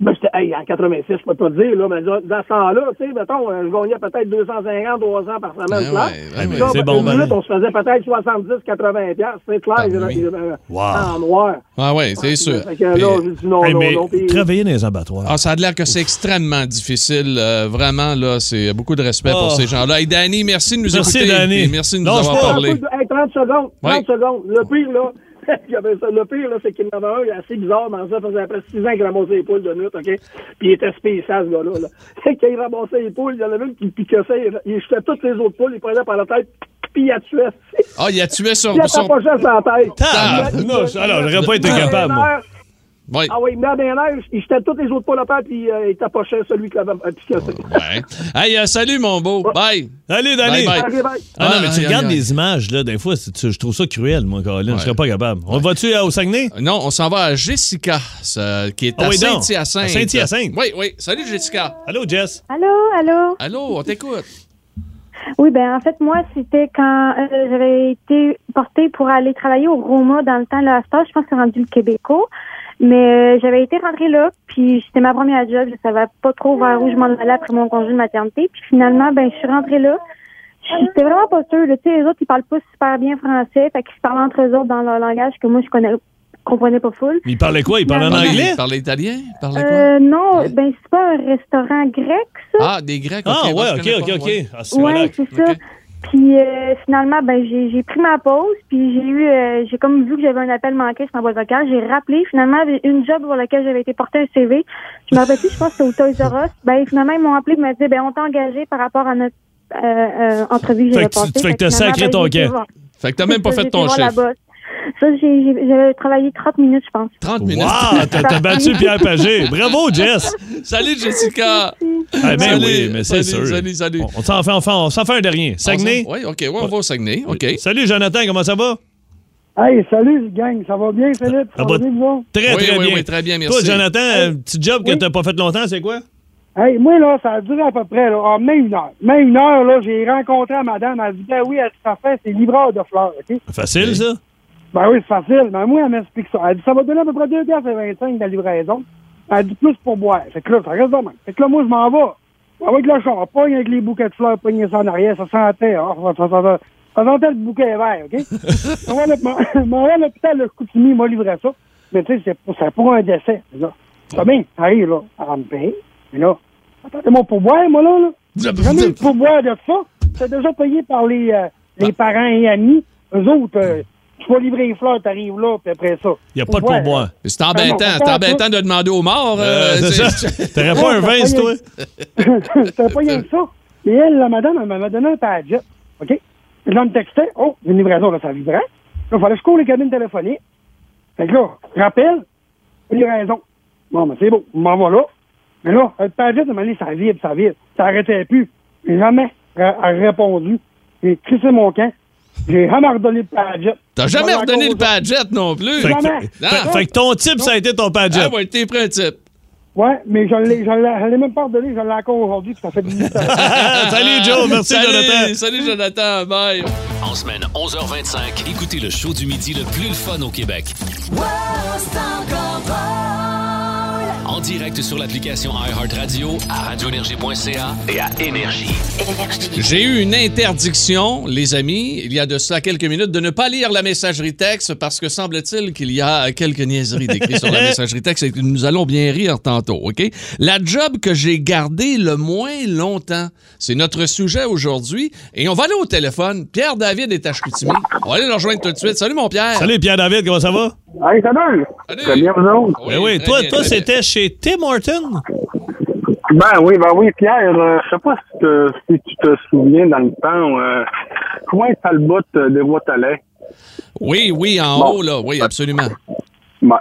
[SPEAKER 9] Ben, j'étais, hey, en 86, je peux pas te dire, là, mais dans dans ce temps-là, tu sais, mettons, euh, je gagnais peut-être 250, 300 par semaine,
[SPEAKER 2] Ben
[SPEAKER 9] clair.
[SPEAKER 2] ouais, ben
[SPEAKER 9] Puis
[SPEAKER 2] ouais.
[SPEAKER 9] là,
[SPEAKER 3] C'est
[SPEAKER 9] ben,
[SPEAKER 3] bon,
[SPEAKER 9] une
[SPEAKER 3] ben
[SPEAKER 9] minute,
[SPEAKER 3] oui.
[SPEAKER 9] on se faisait peut-être 70, 80 piastres, c'est clair,
[SPEAKER 2] Ah,
[SPEAKER 9] il y avait-
[SPEAKER 2] oui.
[SPEAKER 9] il y avait, euh,
[SPEAKER 3] Wow.
[SPEAKER 9] en noir.
[SPEAKER 2] Ah ouais, c'est sûr.
[SPEAKER 9] Fait que là,
[SPEAKER 2] Puis-
[SPEAKER 9] j'ai dit non,
[SPEAKER 3] Hey,
[SPEAKER 9] non,
[SPEAKER 3] mais
[SPEAKER 9] non, puis-
[SPEAKER 3] travailler dans les abattoirs.
[SPEAKER 2] Ah, ça a l'air que c'est extrêmement difficile. euh, vraiment, là, c'est beaucoup de respect pour
[SPEAKER 3] Oh.
[SPEAKER 2] ces gens-là. Et Danny, merci de nous
[SPEAKER 3] Merci,
[SPEAKER 2] écouter.
[SPEAKER 3] Danny.
[SPEAKER 2] et Merci de nous
[SPEAKER 3] Lâche
[SPEAKER 2] avoir
[SPEAKER 3] pas.
[SPEAKER 2] parlé.
[SPEAKER 9] Hey, 30 secondes, 30
[SPEAKER 2] Ouais.
[SPEAKER 9] secondes. Le pire, là, il y avait ça. le pire, là, c'est qu'il y en avait un, il est assez bizarre dans ça. Ça faisait après 6 ans qu'il ramassait les poules de nuit, OK? Puis il était spécial, ce gars-là. Là. Quand il ramassait les poules, il y en avait une qui picassait. Il, il jetait toutes les autres poules, il prenait par la tête, puis il la tuait.
[SPEAKER 3] Oh,
[SPEAKER 2] Ah, il a tué sur.
[SPEAKER 9] Il la
[SPEAKER 2] sur...
[SPEAKER 9] tapochait sur la tête.
[SPEAKER 3] Ah,
[SPEAKER 9] Il-
[SPEAKER 3] non,
[SPEAKER 9] il-
[SPEAKER 3] alors, j'aurais pas été
[SPEAKER 9] il mettait
[SPEAKER 3] capable,
[SPEAKER 9] dans
[SPEAKER 3] moi.
[SPEAKER 9] l'air.
[SPEAKER 2] Ouais.
[SPEAKER 9] Ah oui, il mettait dans l'air, il jetait toutes les autres poules à terre, puis euh, il tapochait celui qui l'avait euh, picassé.
[SPEAKER 2] ouais. Hey, euh, salut, mon beau. Bye.
[SPEAKER 3] Allez, Danny!
[SPEAKER 2] Bye, bye.
[SPEAKER 9] Allez, bye.
[SPEAKER 3] Ah non, mais
[SPEAKER 2] Ah,
[SPEAKER 3] tu
[SPEAKER 2] aïe,
[SPEAKER 3] regardes
[SPEAKER 2] aïe, aïe.
[SPEAKER 3] des images, là, des fois, c'est- tu- je trouve ça cruel, moi, Colin.
[SPEAKER 2] Ouais.
[SPEAKER 3] Je serais pas capable. On va-tu à- au Saguenay?
[SPEAKER 2] Non, on s'en va à Jessica, ça, qui est
[SPEAKER 3] Ah
[SPEAKER 2] à
[SPEAKER 3] oui, donc.
[SPEAKER 2] Saint-Hyacinthe.
[SPEAKER 3] À Saint-Hyacinthe.
[SPEAKER 2] Oui, oui. Salut, Jessica.
[SPEAKER 3] Allô, Jess?
[SPEAKER 10] Allô, allô.
[SPEAKER 2] Allô, on t'écoute.
[SPEAKER 10] Oui, ben en fait, moi, c'était quand euh, j'avais été portée pour aller travailler au Roma dans le temps de la stage. Je pense que c'est rendu le Québéco. Mais euh, j'avais été rentrée là, puis c'était ma première job. Je savais pas trop vers où je m'en allais après mon congé de maternité. Puis finalement, ben je suis rentrée là. J'étais vraiment pas sûre. là. Tu sais, les autres, ils parlent pas super bien français. Fait qu'ils se parlent entre eux autres dans leur langage que moi, je connais, comprenais pas full.
[SPEAKER 3] Il parlait quoi? Il parlait en
[SPEAKER 2] Parlez-
[SPEAKER 3] anglais?
[SPEAKER 2] Parlez italien? Parlez quoi?
[SPEAKER 10] Euh, non, ben c'est pas un restaurant grec, ça.
[SPEAKER 2] Ah, des Grecs.
[SPEAKER 3] Ah,
[SPEAKER 2] ok, moi, je
[SPEAKER 3] ouais,
[SPEAKER 2] connais
[SPEAKER 3] OK,
[SPEAKER 2] pas,
[SPEAKER 3] OK,
[SPEAKER 2] ouais.
[SPEAKER 3] OK. Ah, c'est
[SPEAKER 10] Ouais,
[SPEAKER 3] relax.
[SPEAKER 10] c'est ça.
[SPEAKER 2] Ok.
[SPEAKER 10] Puis euh, finalement, ben j'ai j'ai pris ma pause, puis j'ai eu, euh, j'ai comme vu que j'avais un appel manqué sur ma boîte vocale, j'ai rappelé finalement avait une job pour laquelle j'avais été porter un CV. Je me rappelle plus, je pense que c'était au Toys R Us. Ben finalement ils m'ont appelé, ils m'ont dit ben on t'a engagé par rapport à notre euh, euh, entrevue que
[SPEAKER 3] Fait
[SPEAKER 10] j'avais
[SPEAKER 3] que tu-
[SPEAKER 10] passée.
[SPEAKER 3] fait que
[SPEAKER 10] finalement,
[SPEAKER 3] t'as sacré
[SPEAKER 10] ben,
[SPEAKER 3] ton
[SPEAKER 10] j'ai été
[SPEAKER 3] camp.
[SPEAKER 10] voir.
[SPEAKER 2] Fait que t'as même pas
[SPEAKER 10] Ça,
[SPEAKER 2] fait
[SPEAKER 10] j'ai
[SPEAKER 2] ton
[SPEAKER 10] été voir
[SPEAKER 2] chiffre.
[SPEAKER 10] la boss. Ça, j'ai- j'ai- j'avais travaillé 30 minutes, je pense.
[SPEAKER 2] 30
[SPEAKER 3] Wow,
[SPEAKER 2] minutes.
[SPEAKER 3] t'as t'as battu Pierre Pagé. Bravo, Jess!
[SPEAKER 2] Salut,
[SPEAKER 3] Ah,
[SPEAKER 2] Jessica.
[SPEAKER 3] ben
[SPEAKER 2] Salut,
[SPEAKER 3] oui, mais c'est
[SPEAKER 2] salut,
[SPEAKER 3] sûr.
[SPEAKER 2] salut, salut.
[SPEAKER 3] On, on s'en fait, on fait- on s'en fait un dernier. Saguenay?
[SPEAKER 2] Oui, OK, ouais, on va au Saguenay. OK.
[SPEAKER 3] Salut, Jonathan, comment ça va?
[SPEAKER 9] Hey, salut, gang. Ça va bien, Philippe?
[SPEAKER 3] Ah, bah-
[SPEAKER 9] vous autres?
[SPEAKER 3] Très,
[SPEAKER 2] Oui,
[SPEAKER 3] très
[SPEAKER 2] oui,
[SPEAKER 3] bien.
[SPEAKER 2] oui, très bien,
[SPEAKER 3] Toi,
[SPEAKER 2] merci.
[SPEAKER 3] Jonathan, un petit job que t'as pas fait longtemps, c'est quoi?
[SPEAKER 9] Hey, moi, là, ça a duré à peu près, là, en même une heure. Même une heure, là, j'ai rencontré madame. Elle dit, ben oui, elle s'en fait, c'est livreur de fleurs, OK?
[SPEAKER 3] Facile, ça?
[SPEAKER 9] Ben oui, c'est facile. Mais moi, elle m'explique ça. Elle dit, ça va donner à peu près 2 piastres et 25 de la livraison. Elle dit, plus pour boire. Fait que là, ça reste de même. Fait que là, moi, je m'en vais. Avec le champagne, avec les bouquets de fleurs pognés ça en arrière, ça sentait, hein, ça, ça, ça, ça, ça sentait le bouquet vert, OK? Je m'en vais à l'hôp- je m'en vais à l'hôpital, le Chicoutimi, il m'a livré ça. Mais tu sais, c'est pour, c'est pour un décès, là. Ça bien, ça arrive, là. Elle me paye. Mais là, attendez-moi pour boire, moi, là, là. J'en ai eu pour boire de ça. C'est déjà payé par les, euh,
[SPEAKER 3] Ah.
[SPEAKER 9] les parents et amis. Eux autres, euh, tu vas livrer les fleurs, t'arrives là, puis après ça.
[SPEAKER 3] Il a pas de pourboire.
[SPEAKER 2] C'est embêtant.
[SPEAKER 9] Ah,
[SPEAKER 2] C'est
[SPEAKER 9] non,
[SPEAKER 2] embêtant de demander aux morts.
[SPEAKER 3] Euh,
[SPEAKER 2] euh,
[SPEAKER 3] c'est
[SPEAKER 2] c'est-
[SPEAKER 3] ça. T'aurais pas un
[SPEAKER 9] Ouais,
[SPEAKER 3] vince,
[SPEAKER 9] ça
[SPEAKER 3] toi?
[SPEAKER 9] paye. C'était pas rien que ça. Et elle, la madame, elle m'avait donné un padjet. OK? Là, elle me textait. Oh, une livraison, là, ça vibrait. Là, il fallait que je cours les cabines téléphoniques. Fait que là, rappel, une livraison. Bon, ben, c'est beau. Je m'en vais là. Mais là, le padjet, elle m'a dit, ça vibre, ça vibre. Ça arrêtait plus. J'ai Jamais ra- a répondu. J'ai crissé mon camp. J'ai jamais redonné le padjet.
[SPEAKER 2] T'as jamais
[SPEAKER 9] Voilà,
[SPEAKER 2] redonné le
[SPEAKER 9] encore
[SPEAKER 2] padjet non plus.
[SPEAKER 3] Fait que,
[SPEAKER 9] Jamais.
[SPEAKER 3] fait-
[SPEAKER 2] Ah.
[SPEAKER 3] fait que ton type, ça a été ton
[SPEAKER 2] Ah,
[SPEAKER 3] Pagé.
[SPEAKER 2] ouais, t'es prêt, type.
[SPEAKER 9] Ouais, mais je l'ai, je l'ai, je l'ai même pas redonné, je l'ai encore aujourd'hui, puis ça fait 18 ans.
[SPEAKER 3] Ah, Salut, Joe. Merci,
[SPEAKER 2] Ah, Salut,
[SPEAKER 3] Jonathan.
[SPEAKER 2] Salut, Jonathan. Bye.
[SPEAKER 1] En semaine 11h25, écoutez le show du midi le plus le fun au Québec. En direct sur l'application iHeartRadio, à radioénergie.ca et à Énergie.
[SPEAKER 2] J'ai eu une interdiction, les amis, il y a de cela quelques minutes, de ne pas lire la messagerie texte parce que semble-t-il qu'il y a quelques niaiseries décrites sur la messagerie texte et que nous allons bien rire tantôt, OK? La job que j'ai gardée le moins longtemps, c'est notre sujet aujourd'hui et on va aller au téléphone. Pierre-David est à Chicoutimi. On va aller le rejoindre tout de suite. Salut, mon Pierre.
[SPEAKER 3] Salut, Pierre-David, comment ça va?
[SPEAKER 5] Hey, salut! C'est bien, vous autres?
[SPEAKER 3] Oui, Eh oui. Toi, toi c'était chez Tim Horton?
[SPEAKER 5] Ben oui, ben oui, Pierre, euh, je sais pas si, te- si tu te souviens dans le temps, euh, coin Talbot euh, des Bois-Talais.
[SPEAKER 2] Oui, oui, en haut, là. Oui, absolument.
[SPEAKER 5] Ben,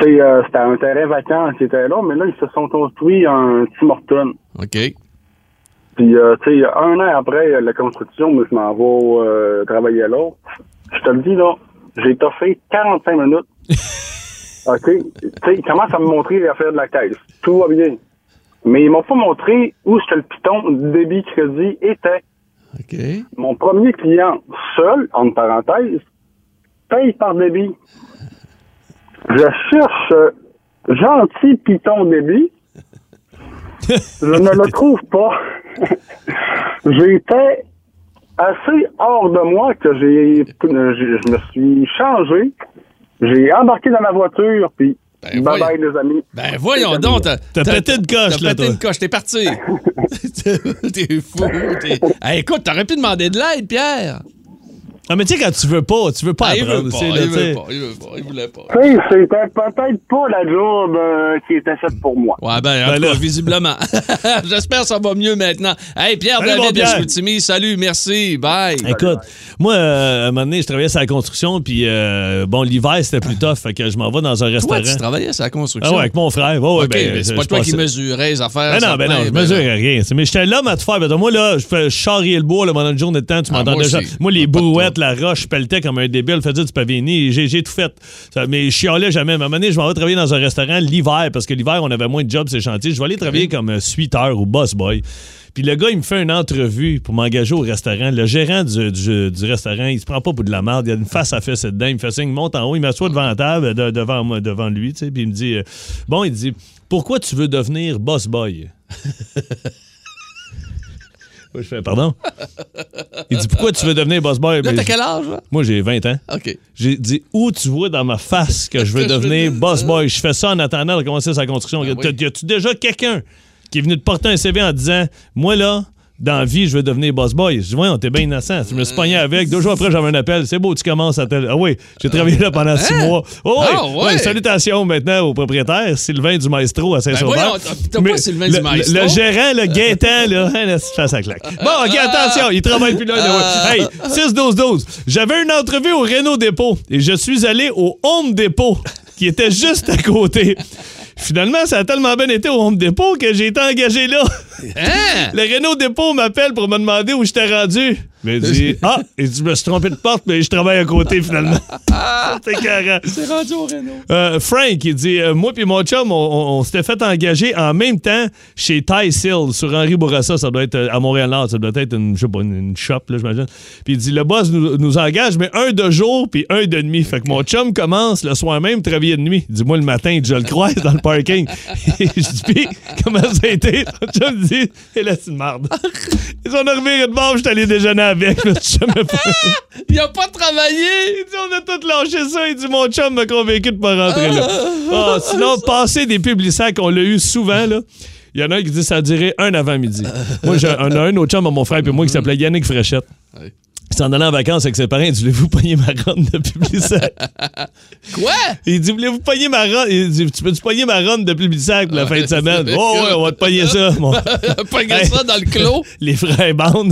[SPEAKER 5] tu sais, euh, c'était un terrain vacant qui était là, mais là, ils se sont construits un Tim Horton.
[SPEAKER 2] OK.
[SPEAKER 5] Puis, euh, tu sais, un an après euh, la construction, moi, je m'en vais euh, travailler là. Je te le dis, là, j'ai toffé 45 minutes. OK? Tu sais, ils commencent à me montrer l'affaire de la caisse. Tout va bien. Mais ils m'ont pas montré où c'était le piton du débit crédit était.
[SPEAKER 2] OK.
[SPEAKER 5] Mon premier client, seul, entre parenthèses, paye par débit. Je cherche euh, gentil piton débit. Je ne le trouve pas. J'étais assez hors de moi que j'ai, euh, je je me suis changé. J'ai embarqué dans ma voiture, puis bye bye, les amis.
[SPEAKER 2] Ben voyons donc, t'as
[SPEAKER 3] T'as pété une coche,
[SPEAKER 2] t'as
[SPEAKER 3] là,
[SPEAKER 2] pété
[SPEAKER 3] toi.
[SPEAKER 2] une coche, t'es parti. T'es- t'es fou. t'es- Hey, écoute, t'aurais pu demander de l'aide, Pierre.
[SPEAKER 3] Ah, mais tu sais, quand tu veux pas, tu veux pas
[SPEAKER 2] Ah, il
[SPEAKER 3] apprendre.
[SPEAKER 2] veut pas,
[SPEAKER 3] tu sais, là,
[SPEAKER 2] il
[SPEAKER 3] tu sais.
[SPEAKER 2] veut pas, il veut pas, il voulait pas.
[SPEAKER 5] Tu sais, c'était peut-être pas la job euh, qui était faite pour moi.
[SPEAKER 2] Ouais, ben, en tout cas, visiblement. J'espère que ça va mieux maintenant. Hey, Pierre
[SPEAKER 3] Salut, mon
[SPEAKER 2] David de
[SPEAKER 3] Pierre.
[SPEAKER 2] Chicoutimi, salut, merci, bye.
[SPEAKER 3] Écoute, moi, euh, à un moment donné, je travaillais sur la construction, puis euh, bon, l'hiver, c'était plus tough, fait que je m'en vais dans un restaurant.
[SPEAKER 2] tu travaillais sur la construction?
[SPEAKER 3] Ah ouais, avec mon frère. Ouais, ouais,
[SPEAKER 2] OK,
[SPEAKER 3] ben,
[SPEAKER 2] mais c'est
[SPEAKER 3] je-
[SPEAKER 2] pas
[SPEAKER 3] je
[SPEAKER 2] toi qui
[SPEAKER 3] passais-
[SPEAKER 2] mesurais les affaires.
[SPEAKER 3] Ben non, ben non, je mesure rien. C'est- Mais j'étais l'homme à tout faire. Ben, donc, moi, là, je fais je charriais le bois, là, pendant une journée de temps, tu m'entends
[SPEAKER 2] Ah, moi
[SPEAKER 3] déjà.
[SPEAKER 2] aussi.
[SPEAKER 3] Moi, les brouettes, la roche, je pelletais comme un débile, faisais du pavini, j'ai j'ai tout fait. Ça, mais je chialais jamais. À un moment donné, je m'en vais travailler dans un restaurant l'hiver, parce que l'hiver, on avait moins de jobs, ces chantiers. Je vais aller
[SPEAKER 2] Ben
[SPEAKER 3] travailler comme euh, suiteur ou boss boy. Puis le gars, il me fait une entrevue pour m'engager au restaurant. Le gérant du, du- du restaurant, il se prend pas pour de la merde. Il a une face à face dedans. Il me fait signe, il monte en haut, il m'assoit devant la table, de- devant, moi, devant lui, tu sais. Puis il me dit, euh, bon, il dit, pourquoi tu veux devenir boss boy? Moi, je fais, pardon? Il dit, pourquoi tu veux devenir boss boy?
[SPEAKER 2] Là,
[SPEAKER 3] Mais
[SPEAKER 2] t'as
[SPEAKER 3] je-
[SPEAKER 2] quel âge, là?
[SPEAKER 3] Moi, j'ai 20 ans.
[SPEAKER 2] OK.
[SPEAKER 3] J'ai dit, où tu vois dans ma face que je veux
[SPEAKER 2] Que je veux
[SPEAKER 3] devenir
[SPEAKER 2] dire,
[SPEAKER 3] boss boy? Je fais ça en attendant de commencer sa construction.
[SPEAKER 2] Ben
[SPEAKER 3] T'as-
[SPEAKER 2] oui.
[SPEAKER 3] Y a-tu déjà quelqu'un qui est venu te porter un CV en disant, moi, là, dans la vie, je veux devenir boss boy? Je dis, on t'es bien innocent. Je me suis pogné avec. Deux jours après, j'avais un appel. C'est beau, tu commences à tel. Ah oui, j'ai travaillé là pendant six mois. Oh, oui.
[SPEAKER 2] Euh, Ah, ouais.
[SPEAKER 3] Ouais, salutations maintenant au propriétaire, Sylvain du Maestro à Saint-Sauveur.
[SPEAKER 2] Ben voyons, t'as- t'as pas
[SPEAKER 3] Mais
[SPEAKER 2] Sylvain
[SPEAKER 3] le-
[SPEAKER 2] du Maestro?
[SPEAKER 3] le- le gérant, le Gaétan, là, hein, là, c'est face à claque. Bon, OK, attention, il travaille plus là. là, ouais. Hey, 6-12-12. J'avais une entrevue au Renault Dépôt et je suis allé au Home Dépôt qui était juste à côté. Finalement, ça a tellement bien été au Home Dépôt que j'ai été engagé là.
[SPEAKER 2] Hein?
[SPEAKER 3] Le Renault Dépôt m'appelle pour me demander où j'étais rendu. Mais il dit Ah, il dit, je me suis trompé de porte, mais je travaille à côté finalement. C'est carré.
[SPEAKER 2] C'est rendu au Renault.
[SPEAKER 3] Euh, Frank, il dit euh, Moi puis mon chum, on, on- on s'était fait engager en même temps chez Ty Seal sur Henri Bourassa. Ça doit être euh, à Montréal-Nord. Ça doit être une, je sais pas, une, une shop, là, j'imagine. Puis il dit Le boss nous, nous engage, mais un de jour puis un de nuit. Fait que mon chum commence le soir même, travailler de nuit. Il dit Moi, le matin, je le croise dans le parking. Et je dis Puis, comment ça a été Mon chum me dit Et là, c'est une marde. Ils sont arrivés de bord, je suis allé déjeuner avec. Je me suis jamais pas.
[SPEAKER 2] Il a pas travaillé!
[SPEAKER 3] Il dit, on a tout lâché ça. Il dit, mon chum m'a convaincu de pas rentrer là. Ah, sinon, passer des publicsacs, on l'a eu souvent, là. Il y en a un qui dit ça durait un avant-midi. Moi, j'ai un, un autre chum à mon frère et moi qui s'appelait Yannick Fréchette.
[SPEAKER 2] Ouais.
[SPEAKER 3] Il s'en allait en vacances avec ses parents. Il dit Voulez-vous pogner ma ronde de publicsac
[SPEAKER 2] Quoi?
[SPEAKER 3] Il dit Voulez-vous pogner ma ronde Il dit Tu peux-tu pogner ma ronde de publicsac pour la fin de semaine Oh, ouais, on va te pogner ça. mon-
[SPEAKER 2] Pognez ça dans le clos.
[SPEAKER 3] Les frères Bond.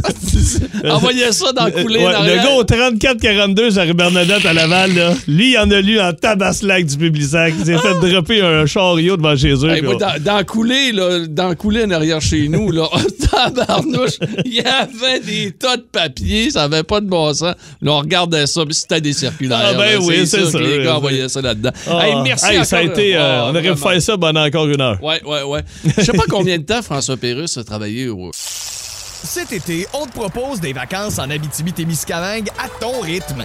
[SPEAKER 2] Envoyez ça dans le coulé.
[SPEAKER 3] Ouais,
[SPEAKER 2] dans
[SPEAKER 3] le gars au 34-42, Jerry Bernadette à Laval, là, lui, il en a lu en tabaslac du Publisac. Il s'est fait dropper un chariot devant chez eux.
[SPEAKER 2] Ah! Hey,
[SPEAKER 3] puis
[SPEAKER 2] moi,
[SPEAKER 3] on-
[SPEAKER 2] dans, dans couler, là, dans couler en arrière chez nous, là, oh, tabarnouche, il y avait des tas de papiers, ça avait pas de bon sens. Là, on regardait ça, puis c'était des circulaires.
[SPEAKER 3] Ah, ben
[SPEAKER 2] là,
[SPEAKER 3] oui, c'est
[SPEAKER 2] sûr que
[SPEAKER 3] sûr,
[SPEAKER 2] Les gars
[SPEAKER 3] c'est-
[SPEAKER 2] envoyaient ça là-dedans.
[SPEAKER 3] Ah,
[SPEAKER 2] Hey, merci
[SPEAKER 3] hey, ça a
[SPEAKER 2] encore.
[SPEAKER 3] été, euh,
[SPEAKER 2] Ah,
[SPEAKER 3] on aurait pu
[SPEAKER 2] vraiment.
[SPEAKER 3] faire ça pendant encore une heure.
[SPEAKER 2] Ouais, ouais, ouais. Je sais pas combien de temps François Pérusse a travaillé au.
[SPEAKER 6] Cet été, on te propose des vacances en Abitibi-Témiscamingue à ton rythme.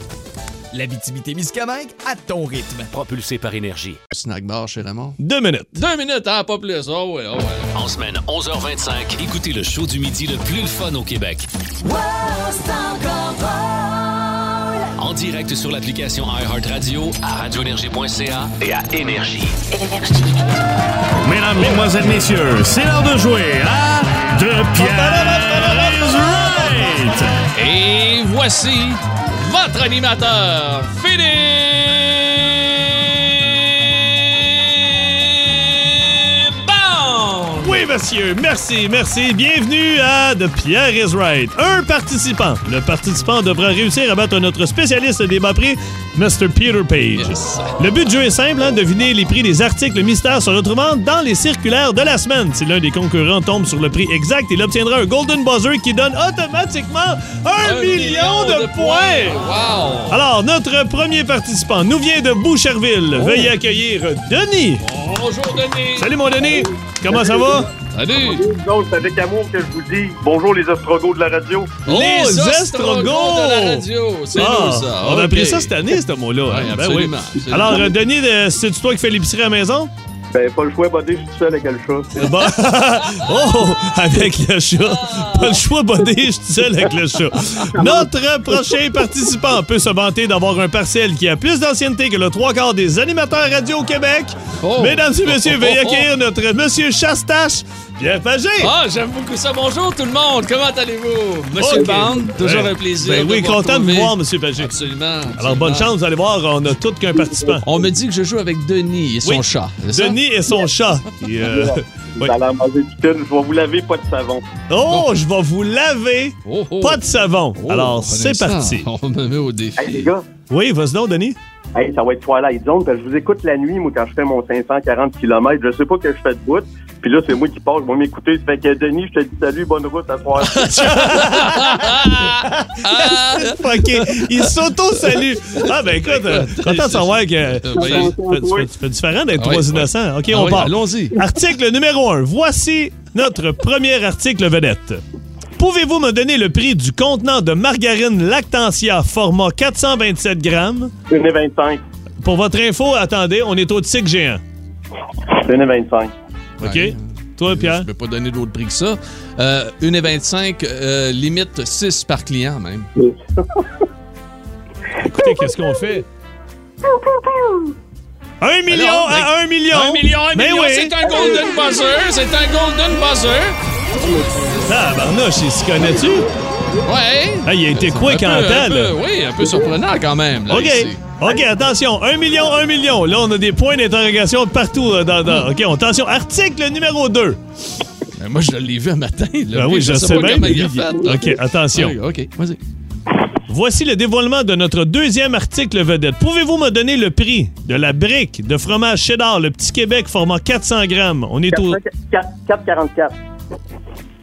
[SPEAKER 6] La L'Abitibi-Témiscamingue à ton rythme.
[SPEAKER 1] Propulsé par énergie.
[SPEAKER 2] Snack bar chez Raymond.
[SPEAKER 3] Deux minutes.
[SPEAKER 2] Deux minutes, hein, pas plus. Oh, ouais, oh, ouais.
[SPEAKER 1] En semaine, 11h25, écoutez le show du midi le plus le fun au Québec. En direct sur l'application iHeartRadio, à radioénergie.ca et à Énergie.
[SPEAKER 11] Mesdames, Mesdemoiselles, Messieurs, c'est l'heure de jouer à De
[SPEAKER 2] Oh,
[SPEAKER 11] Pierre is Right!
[SPEAKER 2] Et voici votre animateur, Philippe Bond!
[SPEAKER 3] Oui, monsieur, merci, merci. Bienvenue à The Pierre is Right. Un participant. Le participant devra réussir à battre notre spécialiste des bas prix, Mr. Peter Page. Le but du jeu est simple, hein, deviner les prix des articles mystères se retrouvant dans les circulaires de la semaine. Si l'un des concurrents tombe sur le prix exact, il obtiendra un golden buzzer qui donne automatiquement un,
[SPEAKER 4] Un
[SPEAKER 3] million, de, points.
[SPEAKER 2] Wow!
[SPEAKER 3] Alors, notre premier participant nous vient de Boucherville. Veuillez accueillir Denis.
[SPEAKER 2] Bonjour, Denis!
[SPEAKER 3] Salut, mon Denis. Comment ça va?
[SPEAKER 2] Salut!
[SPEAKER 12] Donc, c'est avec amour que je vous dis bonjour les astrogos de la radio.
[SPEAKER 3] Les astrogos!
[SPEAKER 2] de la radio! C'est
[SPEAKER 3] Ah,
[SPEAKER 2] nous, ça!
[SPEAKER 3] On a
[SPEAKER 2] Ok.
[SPEAKER 3] appris ça cette année, ce mot-là.
[SPEAKER 2] Ouais,
[SPEAKER 3] hein. Ben
[SPEAKER 2] absolument,
[SPEAKER 3] oui.
[SPEAKER 2] absolument.
[SPEAKER 3] Alors, euh, Denis, euh, c'est-tu toi qui fais l'épicerie à la maison?
[SPEAKER 12] Ben, pas le choix, Bodé, je suis tout seul avec le chat.
[SPEAKER 3] Bon. oh, avec le chat. Pas le choix, Bodé, je suis tout seul avec le chat. Notre prochain participant peut se vanter d'avoir un parcelle qui a plus d'ancienneté que le trois quarts des animateurs radio au Québec.
[SPEAKER 2] Oh.
[SPEAKER 3] Mesdames et messieurs, veuillez accueillir notre monsieur Chastache, Pierre Pagé.
[SPEAKER 2] Ah, j'aime beaucoup ça. Bonjour tout le monde. Comment allez-vous? Monsieur
[SPEAKER 3] Ok.
[SPEAKER 2] Band, toujours
[SPEAKER 3] Ben,
[SPEAKER 2] un plaisir.
[SPEAKER 3] ben oui,
[SPEAKER 2] de vous
[SPEAKER 3] content de
[SPEAKER 2] retrouver.
[SPEAKER 3] vous voir, monsieur Pagé.
[SPEAKER 2] Absolument,
[SPEAKER 3] Alors, bonne
[SPEAKER 2] absolument.
[SPEAKER 3] chance, vous allez voir, on a tout qu'un participant.
[SPEAKER 2] On me dit que je joue avec Denis et son
[SPEAKER 3] Oui.
[SPEAKER 2] chat. c'est ça?
[SPEAKER 3] Denis et son chat. Et, euh, oui.
[SPEAKER 12] Vous allez en manger du thune, je vais vous laver pas de savon.
[SPEAKER 3] Oh, je vais vous laver.
[SPEAKER 2] Oh, oh.
[SPEAKER 3] Pas de savon.
[SPEAKER 2] Oh, on
[SPEAKER 3] Alors, c'est
[SPEAKER 2] aime ça.
[SPEAKER 3] parti.
[SPEAKER 2] On me met au défi.
[SPEAKER 12] Hey, les gars,
[SPEAKER 3] Oui, vas-y donc, Denis.
[SPEAKER 12] hey, ça va être Twilight Zone, parce que je vous écoute la nuit, moi, quand je fais mon 540 km. Je sais pas que je fais de route. Puis là, c'est moi qui passe, je vais m'écouter. Ça fait que, Denis, je te dis salut, bonne route à soir.
[SPEAKER 2] Ah,
[SPEAKER 3] OK, il s'auto-salue. Ah, ben écoute, euh, content de savoir que
[SPEAKER 2] Euh, oui.
[SPEAKER 3] c'est- c'est- c'est différent d'être
[SPEAKER 2] Ah oui,
[SPEAKER 3] trois
[SPEAKER 2] oui.
[SPEAKER 3] innocents. OK,
[SPEAKER 2] Ah
[SPEAKER 3] on
[SPEAKER 2] oui,
[SPEAKER 3] part.
[SPEAKER 2] Allons-y.
[SPEAKER 3] Article numéro 1. Voici notre premier article vedette. Pouvez-vous me donner le prix du contenant de margarine Lactantia format 427 grammes?
[SPEAKER 12] 1,25.
[SPEAKER 3] Pour votre info, attendez, on est au tic géant.
[SPEAKER 12] 1,25.
[SPEAKER 3] OK?
[SPEAKER 2] Ouais. Euh,
[SPEAKER 3] Toi, Euh, Pierre?
[SPEAKER 2] Je peux pas donner d'autre prix que ça. Euh, 1,25, euh, limite 6 par client même.
[SPEAKER 3] Écoutez, qu'est-ce qu'on fait? Un million
[SPEAKER 2] Alors, ben,
[SPEAKER 3] à un million!
[SPEAKER 2] Un million, un
[SPEAKER 3] Mais
[SPEAKER 2] million,
[SPEAKER 3] Ben oui.
[SPEAKER 2] c'est un golden buzzer, c'est un golden buzzer.
[SPEAKER 3] Tabarnouche, il ben, se connaît-tu?
[SPEAKER 2] Ouais.
[SPEAKER 3] Ah, il a été quoi
[SPEAKER 2] Un peu,
[SPEAKER 3] quand
[SPEAKER 2] un peu,
[SPEAKER 3] là?
[SPEAKER 2] Oui, un peu surprenant quand même. là,
[SPEAKER 3] OK.
[SPEAKER 2] ici.
[SPEAKER 3] OK, attention. Un million, un million. Là, on a des points d'interrogation partout. euh, Dans, dans- OK, on- attention. Article numéro 2.
[SPEAKER 2] Ben, moi, je l'ai vu un matin. là.
[SPEAKER 3] Ben oui, je
[SPEAKER 2] sais
[SPEAKER 3] sais
[SPEAKER 2] pas
[SPEAKER 3] bien.
[SPEAKER 2] comment il a
[SPEAKER 3] Olivier.
[SPEAKER 2] fait, là.
[SPEAKER 3] OK, attention.
[SPEAKER 2] Ouais, OK, vas-y.
[SPEAKER 3] Voici le dévoilement de notre deuxième article vedette. Pouvez-vous me donner le prix de la brique de fromage cheddar, le Petit Québec, format 400 grammes? On est au,
[SPEAKER 12] 4,44.